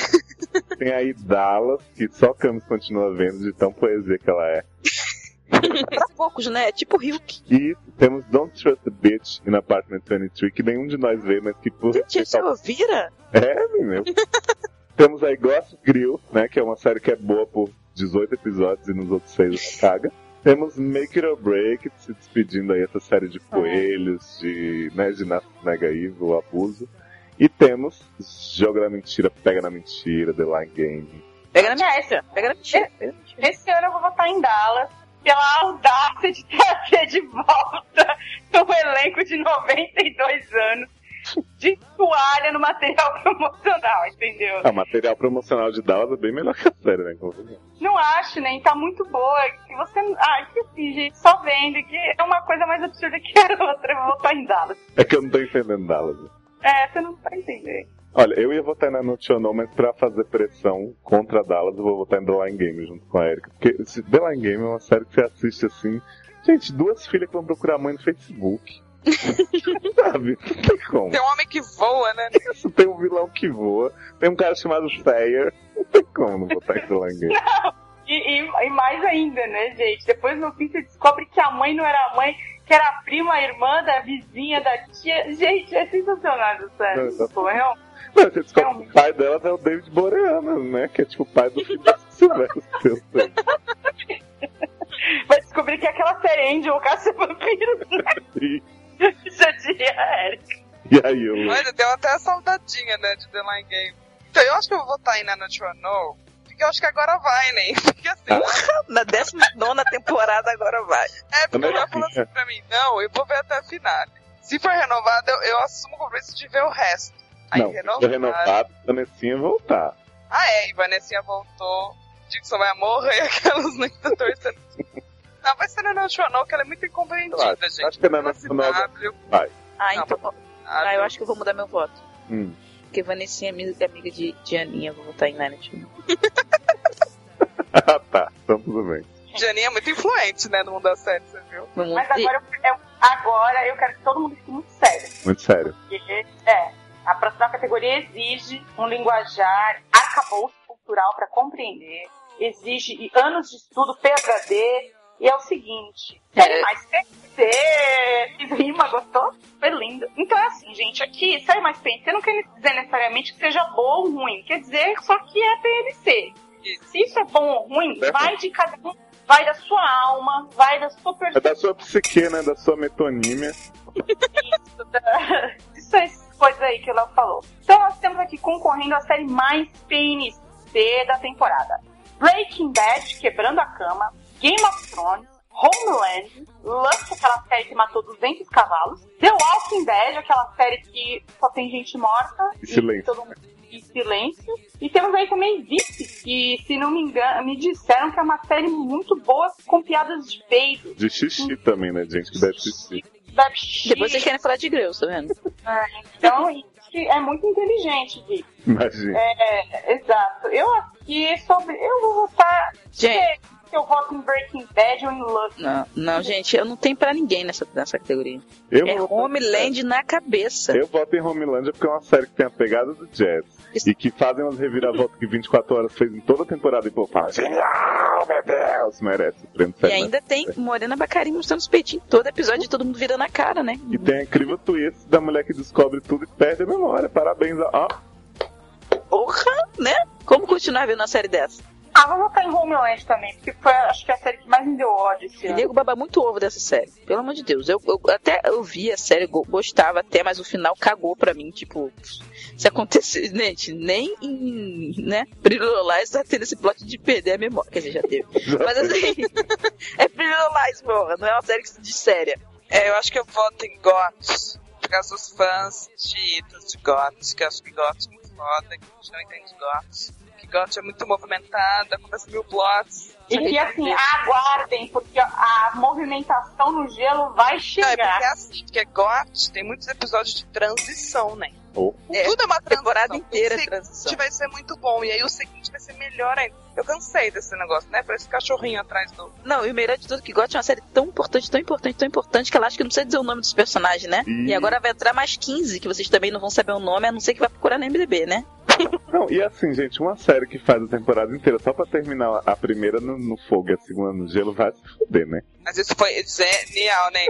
Tem aí Dallas, que só Camis continua vendo de tão poesia que ela é.
Pra poucos, né? É Tipo Hulk.
E temos Don't Trust the Bitch in Apartment 23, que nenhum de nós vê, mas que por
Gente, isso eu vira?
É, menino. Temos aí Gossip Grill, né? Que é uma série que é boa por 18 episódios e nos outros 6 ela caga. Temos Make It or Break, se despedindo aí essa série de
Ah.
coelhos, de, né, ginástica mega evil, abuso. E temos Jogo da Mentira, Pega na Mentira, The Line Game.
Pega na minha extra. Pega na mentira.
Esse ano eu vou votar em Dallas pela audácia de trazer de volta um elenco de 92 anos de toalha no material promocional, entendeu?
Ah, o material promocional de Dallas é bem melhor que a série, né? convenhamos.
Não acho, nem tá muito boa. Que você. Ah, que assim, gente, só vende, que é uma coisa mais absurda que a outra. Eu vou votar em Dallas.
É que eu não tô entendendo Dallas.
É, você não vai entender.
Olha, eu ia votar na Notiono, mas pra fazer pressão contra a Dallas, eu vou votar em The Line Game junto com a Erika. Porque esse The Line Game é uma série que você assiste assim. Gente, duas filhas que vão procurar mãe no Facebook. Sabe? Não tem como.
Tem um homem que voa, né?
Isso, tem um vilão que voa, tem um cara chamado Sayer. Não tem como não botar esse langueiro.
E, e- e mais ainda, né, gente? Depois no fim você descobre que a mãe não era a mãe, que era a prima, a irmã da vizinha, da tia. Gente, é sensacional isso,
É,
sério.
exato.
Pô, é um-
Não, você descobre que o pai delas é o David Boreanas, né? Que é tipo o pai do filho da Silvestre. eu sei.
Vai descobrir que é aquela série Angel, o caça vampiro,
E,
já diria a é. Eric.
e aí, eu.
Olha, deu até a saudadinha, né, de The Line Game. Então, eu acho que eu vou votar ainda no Chono, porque eu acho que agora vai, né? Porque assim,
Na 19 temporada agora vai.
é porque
Também
o Léo
sim,
falou
é.
assim pra mim, não, eu vou ver até a final. Se for renovado, eu, eu assumo o compromisso de ver o resto. Aí
Não, foi
renovaram.
renovado, Vanessinha voltar.
Ah, é, e Vanessinha voltou, Dixon vai morrer, aquelas né, ainda torcendo. Não, vai ser na National, que ela é muito incompreendida,
Claro,
gente.
acho que é a Nana
Ela se
Chanel-
abre,
Ah,
Não,
então.
abre.
Ah, eu acho que eu vou mudar meu voto.
Hum.
Porque Vanessinha é amiga é amiga de, de Aninha, eu vou votar em Nine Show.
Ah, tá. Então tudo bem.
Janinha é muito influente, né, no mundo da série, você viu?
No mundo
Mas
de-
agora eu, eu- agora eu quero que todo mundo fique muito sério.
Muito sério.
Porque, é, a próxima categoria exige um linguajar arcabouço cultural para compreender, exige e anos de estudo PHD, e é o seguinte,
É.
série mais PNC, fiz rima, gostou? Foi lindo. Então é assim, gente, aqui, série mais PNC não quer dizer necessariamente que seja boa ou ruim, quer dizer só que é PNC. Se isso é bom ou ruim,
Certo.
vai de cada um, vai da sua alma, vai da sua
É
percepção.
da sua psique, né? Da sua metonímia.
Isso é coisa aí que o Léo falou. Então nós temos aqui concorrendo a série mais PNC da temporada. Breaking Bad, Quebrando a Cama, Game of Thrones, Homeland, Lust, aquela série que matou 200 cavalos, The Walking Dead, aquela série que só tem gente morta
E silêncio.
todo mundo- e silêncio. E temos aí também Vice, que se não me engano, me disseram que é uma série muito boa com piadas de peido.
De xixi também, né, gente? Que deve xixi.
Depois vocês querem falar de Greus, tá vendo?
Então, isso é muito inteligente, Vic.
Imagina.
É, exato. Eu aqui sobre. Eu vou votar.
Gente,
Se eu voto em Breaking Bad ou em Love.
não, não, gente, eu não tenho pra ninguém nessa, nessa categoria.
Eu
É
voto-
Homeland na cabeça.
Eu voto em Homelandia porque é uma série que tem a pegada do jazz.
Isso.
E que fazem umas reviravoltas que 24 horas fez em toda a temporada e pô, fala, genial, meu Deus, merece o prêmio
E
série.
ainda tem Morena Bacari mostrando os peitinhos todo episódio e todo mundo virando a cara, né?
E tem a incrível twist da mulher que descobre tudo e perde a memória. Parabéns, ó.
Porra, né? Como continuar vendo uma série dessa?
Ah, vou votar em Homeland também, porque foi acho que a série que mais me deu ódio
O
esse ano.
nego baba muito ovo dessa série. Pelo amor de Deus. Eu, eu até eu vi a série, go- gostava até, mas o final cagou pra mim. Tipo, se acontecer, gente, nem em, né? Brilolais tá tendo esse plot de perder a memória. Quer dizer, já teve. Mas assim, é Brilolais, porra. Não é uma série que se diz séria.
É, eu acho que eu voto em GOT. Por causa dos fãs chiitas de GOT, que eu acho que GOT é muito foda, que a gente não entende GOT. Que GOT é muito movimentada, acontece mil plots.
E que assim, aguardem, porque a movimentação no gelo vai
Não, é porque
chegar.
é assim, porque GOT tem muitos episódios de transição, né?
Oh.
Tudo é uma
Temporada
transição.
inteira é
O
transição.
seguinte vai ser muito bom, e aí o seguinte vai ser melhor ainda. Eu cansei desse negócio, né? Parece cachorrinho atrás do.
Não, e o melhor de tudo que Gotham é uma série tão importante, tão importante, tão importante que ela acha que não precisa dizer o nome dos personagens, né?
Ih.
E agora vai entrar mais 15 que vocês também não vão saber o nome, a não ser que vai procurar no MDB, né?
Não, e assim, gente, uma série que faz a temporada inteira só pra terminar a primeira no, no fogo e a segunda no gelo vai se fuder, né?
Mas isso foi genial, né?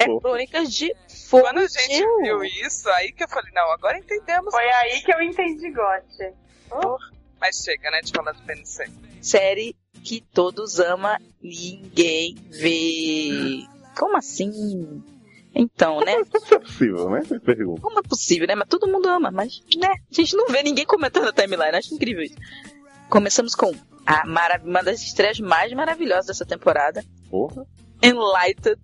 É
Pô,
Crônicas de Fogo.
Quando a gente viu isso, aí que eu falei, não, agora entendemos.
Foi aí que eu entendi Gotti.
Mas chega, né, de falar do PNC.
Série que todos amam, ninguém vê. Como assim? Então, né?
Isso é possível, né? Me pergunto.
Como é possível, né? Mas todo mundo ama, mas, né? A gente não vê ninguém comentando a timeline, acho incrível isso. Começamos com a marav- uma das estreias mais maravilhosas dessa temporada,
Porra.
Enlighted,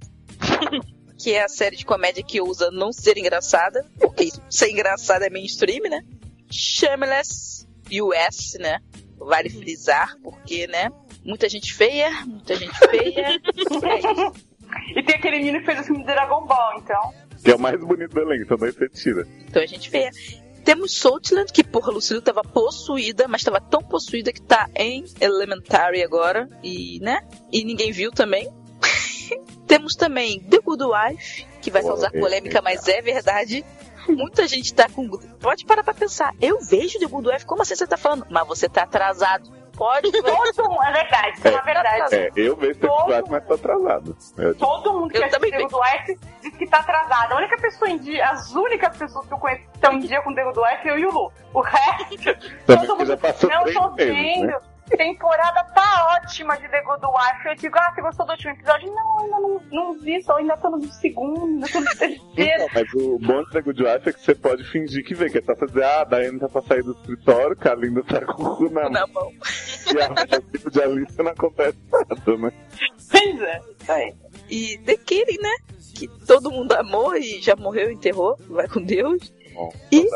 que é a série de comédia que usa não ser engraçada, porque ser engraçada é mainstream, né? Shameless US, né? Vale frisar, porque, né? Muita gente feia, muita gente feia.
E tem aquele menino que fez o filme de Dragon Ball, então.
Que é o mais bonito do elenco, também você tira.
Então a gente vê. Temos Soultland, que porra, Lucille tava possuída, mas tava tão possuída que tá em Elementary agora, e né? E ninguém viu também. Temos também The Good Wife, que vai
Porra,
causar
esse
polêmica,
aí,
mas é verdade. Muita gente tá com. Pode parar pra pensar. Eu vejo The Good Wife, como assim você tá falando? Mas você tá atrasado. Pode.
Todo mundo, é verdade, isso é uma verdade.
É, eu vejo esse episódio, mas tô atrasado. É. Eu digo,
Todo mundo que
Eu
assiste
também
Diego Duarte diz que tá atrasado. A única pessoa em dia, as únicas pessoas que eu conheço que estão em dia com o Diego Duarte é eu e o Lu. O resto,
Também
todo
que
mundo
já passou
não
três
tô
meses,
vendo.
né?
Temporada tá ótima de Diego Duarte. Eu digo, ah, você gostou do último episódio? Não, ainda não, não vi, só ainda tô no segundo, ainda tô no terceiro.
Então, mas o bom de Good Wife é que você pode fingir que vê, que é só fazer, ah, a Daiane tá pra sair do escritório, Carlinda tá com o cu na mão,
Na mão.
e a tipo de Alice não acontece nada, né?
Pois é, isso aí.
E The Killing, né? Que todo mundo amou e já morreu, enterrou. Vai com Deus.
Bom,
E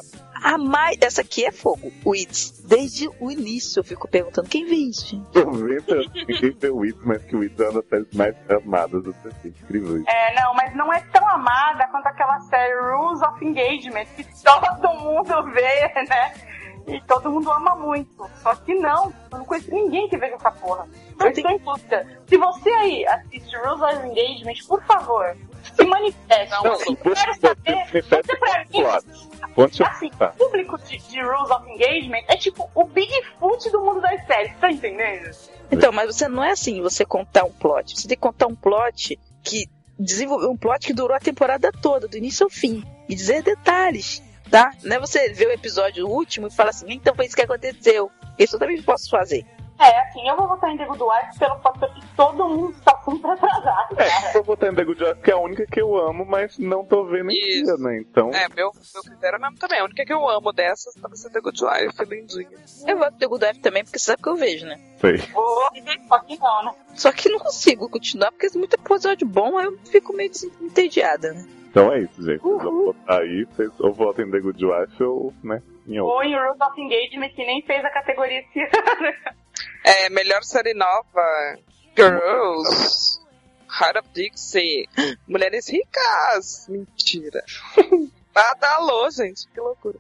a mais. Essa aqui é fogo, o It's. Desde o início eu fico perguntando quem vê isso, gente.
Eu vejo, ninguém vê o Whis, mas que o Whis é uma das séries mais amadas do TV. Incrível isso.
É, não, mas não é tão amada quanto aquela série Rules of Engagement, que todo mundo vê, né? E todo mundo ama muito. Só que não, eu não conheço ninguém que veja essa porra.
Não
eu
tem-
estou em busca. Se você aí assiste Rules of Engagement, por favor, se manifeste.
Não,
eu
Lu,
assim, quero
você
saber,
se manifesta
você pra
com
mim,
plots. Ponto de
assim,
tá.
o público de, de Rules of Engagement é tipo o Bigfoot do mundo das séries, tá entendendo?
Então, mas você não é assim você contar um plot. Você tem que contar um plot que desenvolveu um plot que durou a temporada toda, do início ao fim. E dizer detalhes, tá? Não é você ver o episódio último e falar assim, então foi isso que aconteceu. Isso eu também posso fazer.
É, assim, eu vou votar em Diego Duarte pelo fator que todo mundo está super atrasado.
É, eu vou botar em The Good Wife, que é a única que eu amo, mas não tô vendo em
Isso.
dia, né? Então,
É, meu, meu critério é mesmo também. A única que eu amo dessas é talvez seja The Good Wife, lindinha.
Eu voto no Good Wife também, porque você sabe que eu vejo, né?
sei.
Vou, só que não, né?
Só que não consigo continuar, porque é muito episódio bom, aí eu fico meio entediada, né?
Então é isso, gente. Vocês vão votar tá aí, vocês ou votam em The Good Wife ou, né, em outro.
Ou em Rules of Engagement, que nem fez a categoria esse ano.
É, melhor série nova. Girls. Heart of Dixie. Mulheres ricas. Mentira. Badalô, gente. Que loucura.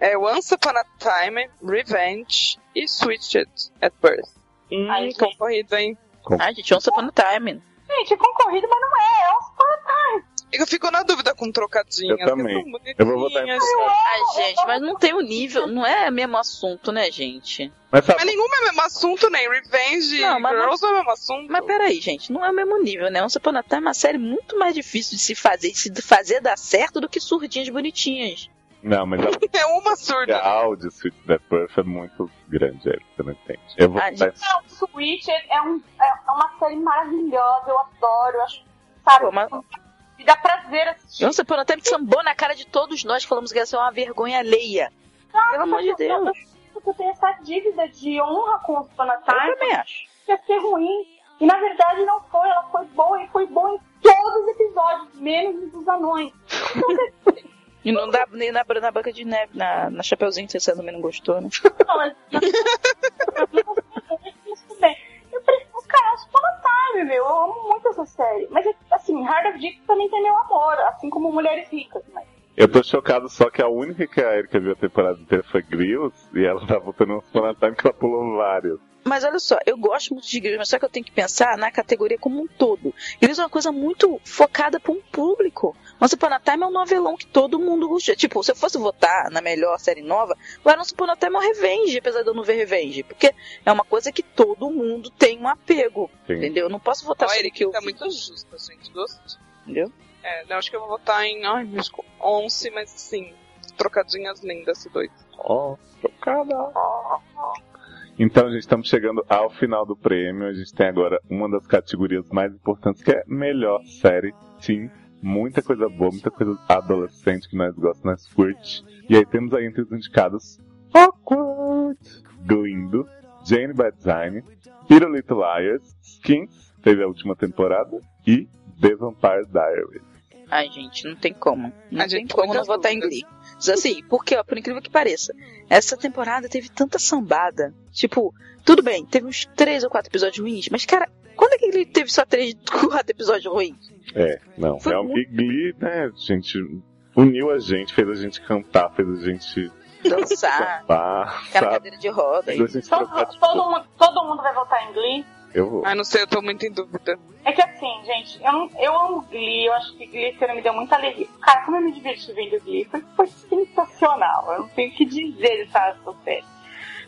É Once Upon a Time, Revenge e Switched at Birth. Hum,
Ai, gente.
concorrido, hein?
Ah, gente, once upon a time.
Gente, é concorrido, mas não é. É um Spartan.
Eu fico na dúvida com trocadinhas.
Eu também.
que são bonitinhas.
Eu vou votar em-
Ai, gente, mas não tem o nível, não é o mesmo assunto, né, gente?
Mas sabe,
Mas nenhuma é o mesmo assunto, nem Revenge
Não, mas-
Girls não é o mesmo assunto.
Mas peraí, gente, não é o mesmo nível, né? Once Upon a Time é uma série muito mais difícil de se fazer, de se fazer dar certo do que surdinhas bonitinhas.
não, mas a
É uma surda.
mundial de Sweet Death Birth é muito grande, é, você não entende. Eu vou tá-
Ah,
votar em-
É um Switch, é, é um, é uma série maravilhosa. Eu adoro. Eu acho, sabe?
Pô, mas-
Me dá prazer assistir.
Once Upon a Time sambou na cara de todos nós, falamos que essa é uma vergonha alheia. Pelo amor de Deus.
Eu, eu tenho essa dívida de honra com o
Eu
Spanatime.
também acho.
ia é ser ruim. E na verdade não foi, ela foi boa e foi boa em todos os episódios, menos nos dos anões.
E não dá nem na, na banca de neve, na, na Chapeuzinho, que você também não gostou, né?
Não, mas. Mas tudo bem. Eu prefiro, cara, os Time, meu. Eu amo muito essa série. Mas, assim, Hard of Dick também tem meu amor, assim como Mulheres Ricas. Mas
Eu tô chocado só que a única que a Erika viu a temporada inteira foi Grills e ela tá botando um Sonatime que ela pulou vários.
Mas olha só, eu gosto muito de Gris, mas só que eu tenho que pensar na categoria como um todo. Gris é uma coisa muito focada para um público. Once Upon a Time é um novelão que todo mundo gosta. Tipo, se eu fosse votar na melhor série nova, o Once Upon a Time é um Revenge, apesar de eu não ver Revenge. Porque é uma coisa que todo mundo tem um apego,
Sim.
entendeu? Eu não posso votar
Ó,
sobre o
Eric
que eu
tá
vi,
muito justo, gente. Gosto.
entendeu?
É, não, acho que eu vou votar em. Ai, meu Deus, Once, mas assim, trocadinhas lindas, esse doido.
Ó, chocada. Então, gente, estamos chegando ao final do prêmio. A gente tem agora uma das categorias mais importantes, que é melhor série teen. Muita coisa boa, muita coisa adolescente que nós gostamos, nós curte. E aí temos aí entre os indicados Awkward, Glindo, Jane by Design, Little Little Liars, Skins, teve a última temporada, e The Vampire Diaries.
Ai, gente, não tem como. Não
A
tem
gente
como
muitas
não votar em
dúvidas.
Glee. Mas assim, porque, ó, por incrível que pareça, essa temporada teve tanta sambada. Tipo, tudo bem, teve uns três ou quatro episódios ruins, mas, cara, quando é que ele teve só três, quatro episódios ruins?
É, não.
Foi
é um e Glee, né, gente, uniu a gente, fez a gente cantar, fez a gente
Dançar,
Bah,
ficar na
sabe?
cadeira de roda.
Fez a gente
Todo,
trocar de
todo mundo, todo mundo vai votar em Glee.
Eu vou.
Ai, não sei, eu tô muito em dúvida.
É que assim, gente, eu, não- eu amo Glee, eu acho que Glee esse ano me deu muita alegria. Cara, como eu me diverti vendo Glee, foi, foi sensacional. Eu não tenho o que dizer dessa dessa série.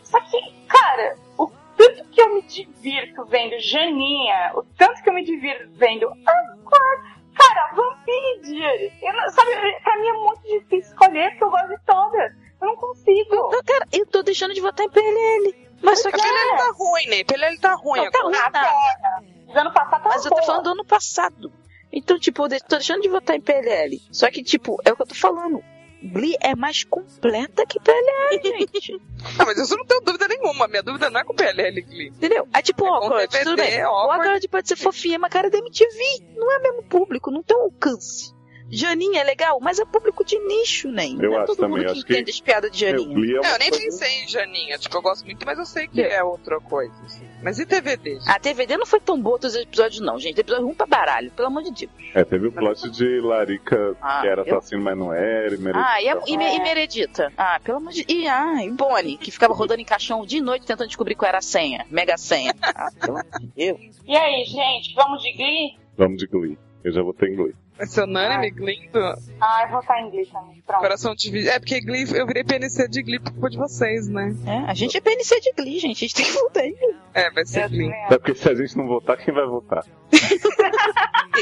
Só que, cara, o tanto que eu me divirto vendo Janinha, o tanto que eu me divirto vendo Aqua, cara, Vampire, eu não- sabe, pra mim é muito difícil escolher, porque eu gosto de todas. Eu não consigo.
Não, cara, eu tô deixando de votar em PLL. Mas só que.
A Pelele tá ruim, né? Pelele tá ruim
Não, tá
agora.
ruim, tá.
Agora, de ano passado, tá
Mas eu tô
boa.
falando do ano passado. Então, tipo, eu de- tô deixando de votar em PLL. Só que, tipo, é o que eu tô falando. Glee é mais completa que PLL, gente.
Ah, mas isso eu não tenho dúvida nenhuma. Minha dúvida não é com PLL Glee.
Entendeu? É tipo awkward,
DVD,
tudo bem. O
awkward.
awkward pode ser fofinha, mas cara da MTV não é mesmo público, não tem um alcance. Janinha é legal, mas é público de nicho, né? Não
Eu
é
acho
todo
também,
mundo que
acho que-
entende as piadas de
Meu,
Janinha.
Glee é uma
Não, eu nem
coisa-
pensei em Janinha. Tipo, eu gosto muito, mas eu sei que
É.
é, outra coisa. assim. Mas e TVD? gente?
A TVD não foi tão boa todos os episódios, não, gente. Tem episódio ruim pra baralho, pelo amor de Deus.
É, teve o plot de Larica,
Ah,
que era
eu-
assassino, mas não era. E Meredith
Ah, e, a, e,
era-
Me- e Meredita? Ah, pelo amor de E, ah, e Bonnie, que ficava rodando em caixão de noite tentando descobrir qual era a senha. Mega senha. Ah, pelo amor de Deus.
E aí, gente, vamos de Glee?
Vamos de Glee. Eu já votei em Glee.
É.
Esse anânime, Glee, do
Ai, votar em Glee também, pronto.
coração dividido. É, porque Glee, eu virei PNC de Glee por culpa de vocês, né?
É, a gente é PNC de Glee, gente. A gente tem que votar em Glee.
É, vai ser
Eu
Glee.
também
Até porque se a gente não votar, quem vai votar?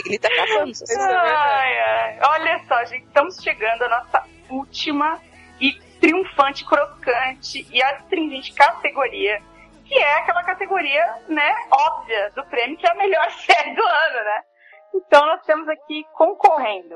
Glee tá acabando. se você-
Ai, ai. Olha só, gente, estamos chegando à nossa última e triunfante, crocante e astringente categoria, que é aquela categoria, né, óbvia do prêmio, que é a melhor série do ano, né? Então nós temos aqui concorrendo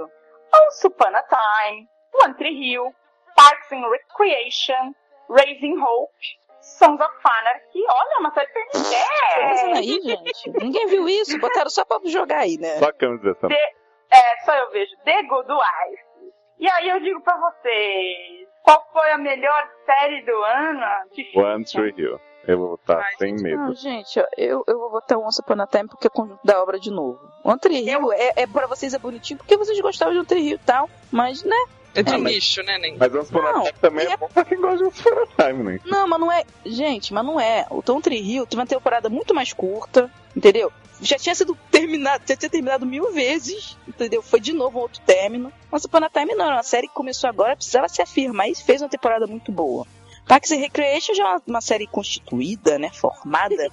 Once Upon a Time, One Tree Hill, Parks and Recreation, Raising Hope, Sons of Anarchy, olha, é uma série
Essa
perfeita!
daí, gente. Ninguém viu isso. Botaram só pra jogar aí, né?
Só a "Tá camisa dessa.
É, só eu vejo. The Good Wife. E aí eu digo pra vocês, qual foi a melhor série do ano? Difícil.
One Tree Hill. Eu vou votar
Ai,
sem medo.
Não, gente, ó, eu, eu vou votar Once Upon a Time porque é conjunto da obra de novo. One Tree Hill é, é pra vocês é bonitinho porque vocês gostavam de One Tree Hill e tal, mas né?
É de
É, mas-
nicho, né, Nem?
Mas Once Upon a
Não,
Time também
e
é bom pra quem gosta de Once Upon a Time, né?
Não, mas não é. Gente, mas não é. O Tom Tree Hill teve uma temporada muito mais curta, entendeu? Já tinha sido terminado, já tinha terminado mil vezes, entendeu? Foi de novo um outro término. Once Upon a Time não, era uma série que começou agora, precisava se afirmar e fez uma temporada muito boa. Parks and Recreation já é uma, uma série constituída, né? Formada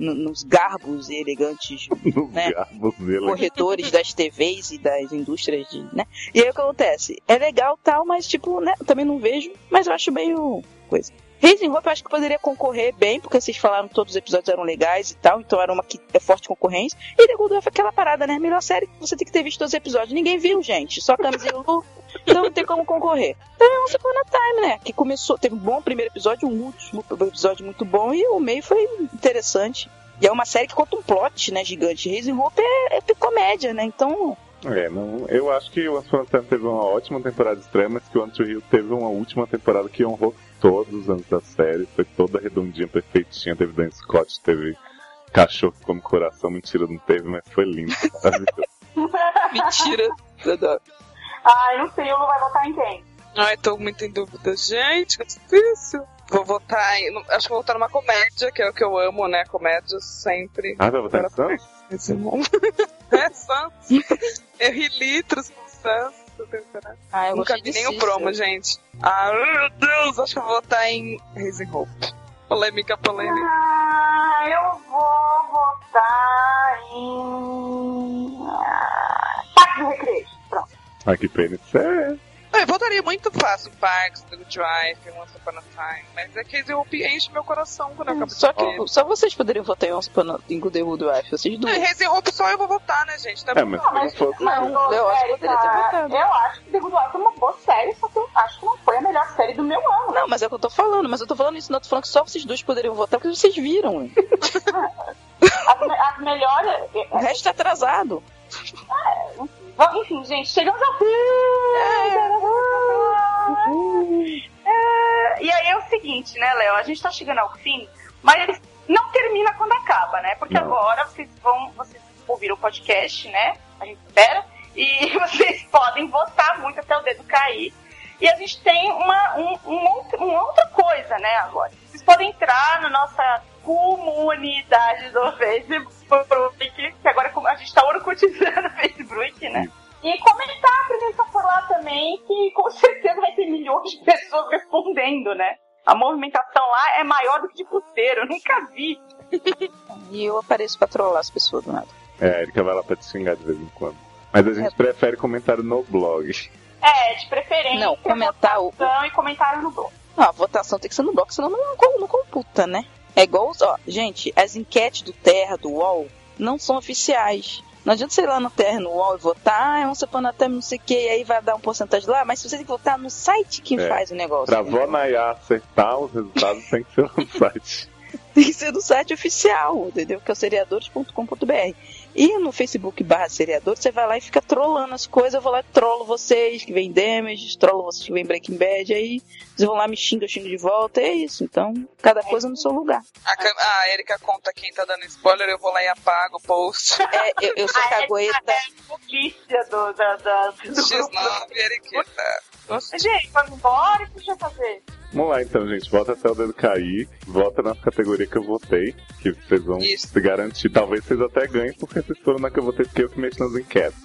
no- nos garbos elegantes
Nos
Né?
gabos dele.
corretores das TVs e das indústrias, de, né? E aí o que acontece? É legal tal, mas tipo, né? Também não vejo, mas eu acho meio coisa. Raising Hope eu acho que poderia concorrer bem, porque vocês falaram que todos os episódios eram legais e tal, então era uma que é forte concorrência. E The Good Wife é aquela parada, né? Melhor série que você tem que ter visto todos os episódios. Ninguém viu, gente. Só Camis e Lu. Então não tem como concorrer. Então é um Upon a Time, né? Que começou, teve um bom primeiro episódio, um último episódio muito bom e o meio foi interessante. E é uma série que conta um plot, né, gigante. Raising Hope é, é comédia, né? Então,
É, não, eu acho que Once Upon a Time teve uma ótima temporada estranha, mas que o One Tree Hill teve uma última temporada que honrou todos os anos da série. Foi toda redondinha, perfeitinha. Teve Dan Scott, teve cachorro como coração. Mentira, não teve, mas foi lindo. maravilhoso.
mentira.
Ai, não sei, eu não vai votar em quem.
Ai, tô muito em dúvida. Gente, que difícil. Vou votar em. Acho que vou votar numa comédia, que é o que eu amo, né? Comédia sempre.
Ah, vai votar em
Agora-
Santos?
Esse mundo. é Santos. Eu ri litros com Santos. tô tentando.
Ah, eu
Nunca
gostei de
vi nem o
Cícero.
promo, gente. Ah, meu Deus, acho que eu vou votar em Raising Hope. Polêmica, polêmica.
Ah, eu vou votar em. ah, Parque do Recreio. Pronto.
Ah, que pena. Isso é.
Ah, Eu votaria muito fácil em Parks, The Good Drive, Once Upon a Time. Mas é que Raising Hope enche meu coração quando eu acabo
Só
de
que
ver.
só vocês poderiam votar em Once Upon a- em Good Wood Wife, vocês
Ah,
duas.
em Raising Hope só eu vou votar, né, gente? Tá
É,
bom.
mas se não fosse.
Não,
eu acho que poderia ter votado.
Eu acho que The Good Wife é uma boa série, só que eu acho que não foi a melhor série do meu ano.
Não, mas é o que eu tô falando, mas eu tô falando isso, não, eu tô falando que só vocês duas poderiam votar porque vocês viram. hein?
As, me- as melhores.
O resto é atrasado.
Bom, enfim, gente, chegamos ao fim! Chegamos ao fim. É, e aí é o seguinte, né, Léo? A gente tá chegando ao fim, mas não termina quando acaba, né? Porque
Não.
agora vocês vão. Vocês ouviram o podcast, né? A gente espera. E vocês podem votar muito até o dedo cair. E a gente tem uma, um, um outro- uma outra coisa, né, agora. Vocês podem entrar na nossa comunidade do Facebook, que agora a gente tá orcutizando o Facebook, né? E comentar a presença por lá também, que com certeza vai ter milhões de pessoas respondendo, né? A movimentação lá é maior do que de puteiro, eu nunca vi.
E eu apareço pra trollar as pessoas do nada.
É, a Erika vai lá pra te xingar de vez em quando. Mas a gente prefere comentário no blog.
É, de preferência.
Não, comentar o.
votação E comentário no blog.
Não, a votação tem que ser no bloco, senão não, co- não computa, né? É igual, os- ó, gente, as enquetes do Terra, do UOL, não são oficiais. Não adianta você ir lá no Terra, no UOL e votar, ah, é um sepanatem, não sei o que, e aí vai dar um porcentagem lá, mas se você tem que votar no site que
É.
faz o negócio. né?
Pra vó Nayá acertar os resultados, tem que ser no site.
Tem que ser do site oficial, entendeu? Que é o seriadores.com.br. E no Facebook barra seriadores, você vai lá e fica trolando as coisas. Eu vou lá e trolo vocês que vem Damage, trolo vocês que vem Breaking Bad, aí vocês vão lá, me xingam, eu xingo de volta, é isso. Então, cada coisa no seu lugar.
A, Cam- a Erika conta quem tá dando spoiler, eu vou lá e apago o post.
É, eu, eu
Ah,
sou cagoeta.
Polícia é, do, da, da, do grupo.
X9, Eriquita.
Gente, vamos embora, o que a gente vai fazer?
Vamos lá então, gente. Vota até o dedo cair. Vota na categoria que eu votei. Que vocês vão
Isso.
se garantir. Talvez vocês até ganhem, porque vocês foram na que eu votei, porque eu que mexi nas enquetes.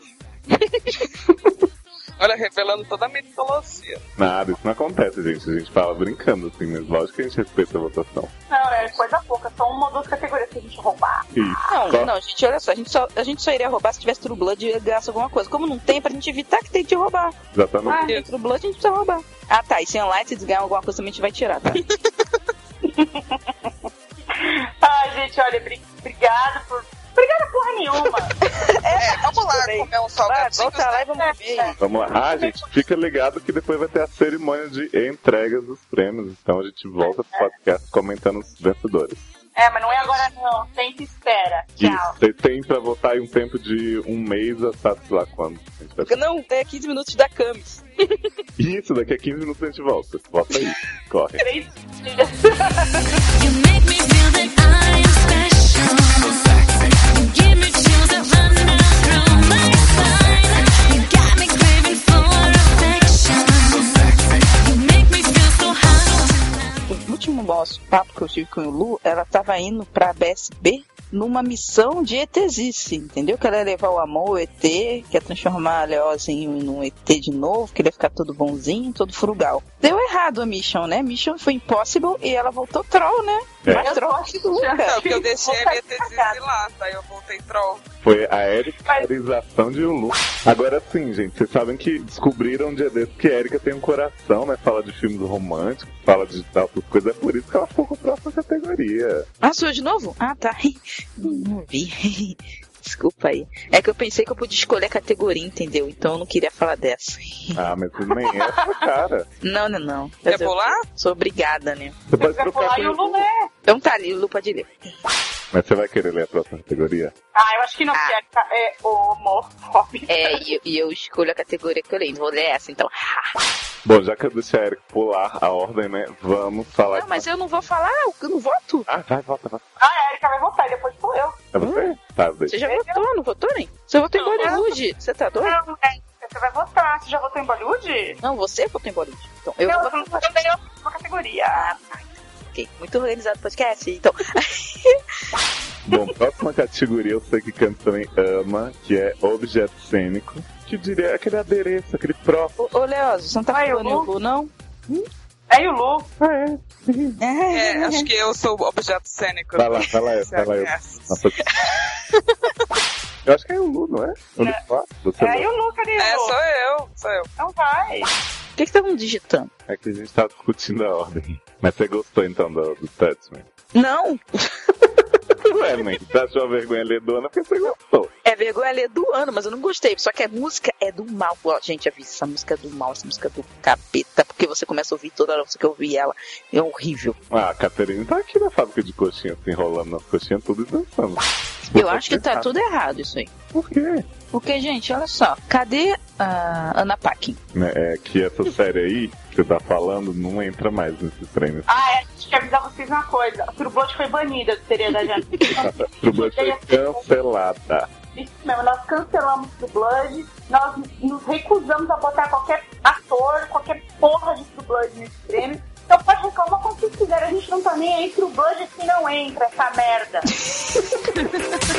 Olha, revelando toda a mitologia.
Nada, isso não acontece, gente. A gente fala brincando, assim, mas lógico que a gente respeita a votação.
Não, é coisa pouca, são uma ou duas categorias que a gente roubar.
Isso.
Não,
Só-
não, gente, olha só, a gente só, a gente só iria roubar se tivesse True Blood e gasto alguma coisa. Como não tem, pra gente evitar que tem que roubar.
Exatamente.
Tem True Blood, a gente precisa roubar. Ah, tá, e se Unlighted ganhar alguma coisa também a gente vai tirar, tá?
Ai, gente, olha, bri- obrigado por. Obrigada porra nenhuma.
É, vamos lá comer um
Vai,
salgadinho.
volta lá e vamos ver.
Vamos lá. Ah, gente, fica ligado que depois vai ter a cerimônia de entregas dos prêmios. Então a gente volta pro podcast comentando os vencedores.
é, mas não é agora não, sempre espera. Tchau.
Isso. Vocês têm pra votar em um tempo de um mês a sabe lá quando. A gente vai
Não, é 15 minutos da Camis.
Isso, daqui a 15 minutos a gente volta. Volta aí, corre.
Três dias.
You make me feel that I am special. You give me chills that run down through my spine. You got me craving for affection. You make me feel so hot.
O último nosso papo que eu tive com o Lu, ela tava indo pra BSB numa missão de ETzice, entendeu? Que ela ia levar o amor, o ET, que ia transformar a Leozinho num ET de novo, que ele ia ficar todo bonzinho, todo frugal. Deu errado a mission, né? Mission foi impossible e ela voltou troll, né?
É.
Mais troll É. que
Não,
nunca.
porque É, eu deixei a
Vou
minha
cagada.
tesis lá, daí eu voltei troll.
Foi a Ericarização de Ulu. Agora sim, gente, vocês sabem que descobriram um dia desses que a Erika tem um coração, né? Fala de filmes românticos, fala de tal, essas coisas. É por isso que ela ficou com a próxima categoria.
Ah, sou eu de novo? Ah, tá. Não vi. Desculpa aí. É que eu pensei que eu podia escolher a categoria, entendeu? Então eu não queria falar dessa.
Ah, mas isso nem é essa cara.
Não, não, não.
Quer pular?
Sou obrigada, né?
Você pode
Vai pular
trocar
e o
com
Lula é.
Então tá ali, Lupa de Ler.
Mas você vai querer ler a próxima categoria?
Ah, eu acho que não, porque
Ah.
essa é homofóbica.
É, e eu, e eu escolho a categoria que eu leio. Vou ler essa, então.
Bom, já que eu deixei a Erika pular a ordem, né? Vamos falar.
Não, mas eu não vou falar, eu não voto.
Ah, vai, volta, volta.
Ah, a Erika vai voltar, depois sou eu.
É você? Tá, deixa.
Você já votou, não votou, nem? Você votou em
Não,
Bollywood.
não.
Você tá doido?
Não, é, você vai votar. Você já votou em Bollywood?
Não, você votou em Bollywood. Então, eu
não,
vou
eu não também eu sou uma categoria.
Ok, Muito organizado o podcast. Então,
Bom, próxima categoria eu sei que Canto também ama, que é objeto cênico. Que diria aquele adereço, aquele próprio.
ô, ô Leoz, você não tá
Vai, eu
falando eu
vou.
vou, não?
É e o Lu.
É, acho que eu sou o objeto cênico.
Vai lá, vai lá, vai lá, eu. Nossa, que- eu acho que é o Lu, não é? O Lu fala? Você
É
não-
e o Lu, cadê o
É,
Lu?
sou eu, sou eu.
Não vai.
O que que estavam digitando?
É que a gente tá discutindo a ordem. Mas você gostou então do, do Touchman?
Não!
Ué, mãe, você achou uma vergonha ledona porque você gostou.
É vergonha ali do ano, mas eu não gostei. Só que a música é do mal. Ó, gente, avisa, essa música é do mal, essa música é do capeta, porque você começa a ouvir toda hora você quer ouvir ela. É horrível.
Ah, a Caterine tá aqui na fábrica de coxinha, se enrolando nas coxinhas tudo e dançando.
Eu acho que tá tudo errado isso aí.
Por quê?
Porque, gente, olha só, cadê a Ana Paquin?
Né, É que essa série aí que você tá falando não entra mais nesse né? prêmio.
Ah, é, deixa eu avisar vocês uma coisa. A Turbote foi banida do Seria da Jana.
O Blood foi cancelada.
Isso mesmo, nós cancelamos o Blood, nós nos recusamos a botar qualquer ator, qualquer porra de True Blood nesse prêmio. Então pode reclamar como vocês quiserem, a gente não tá nem aí, True Blood aqui não entra, essa merda.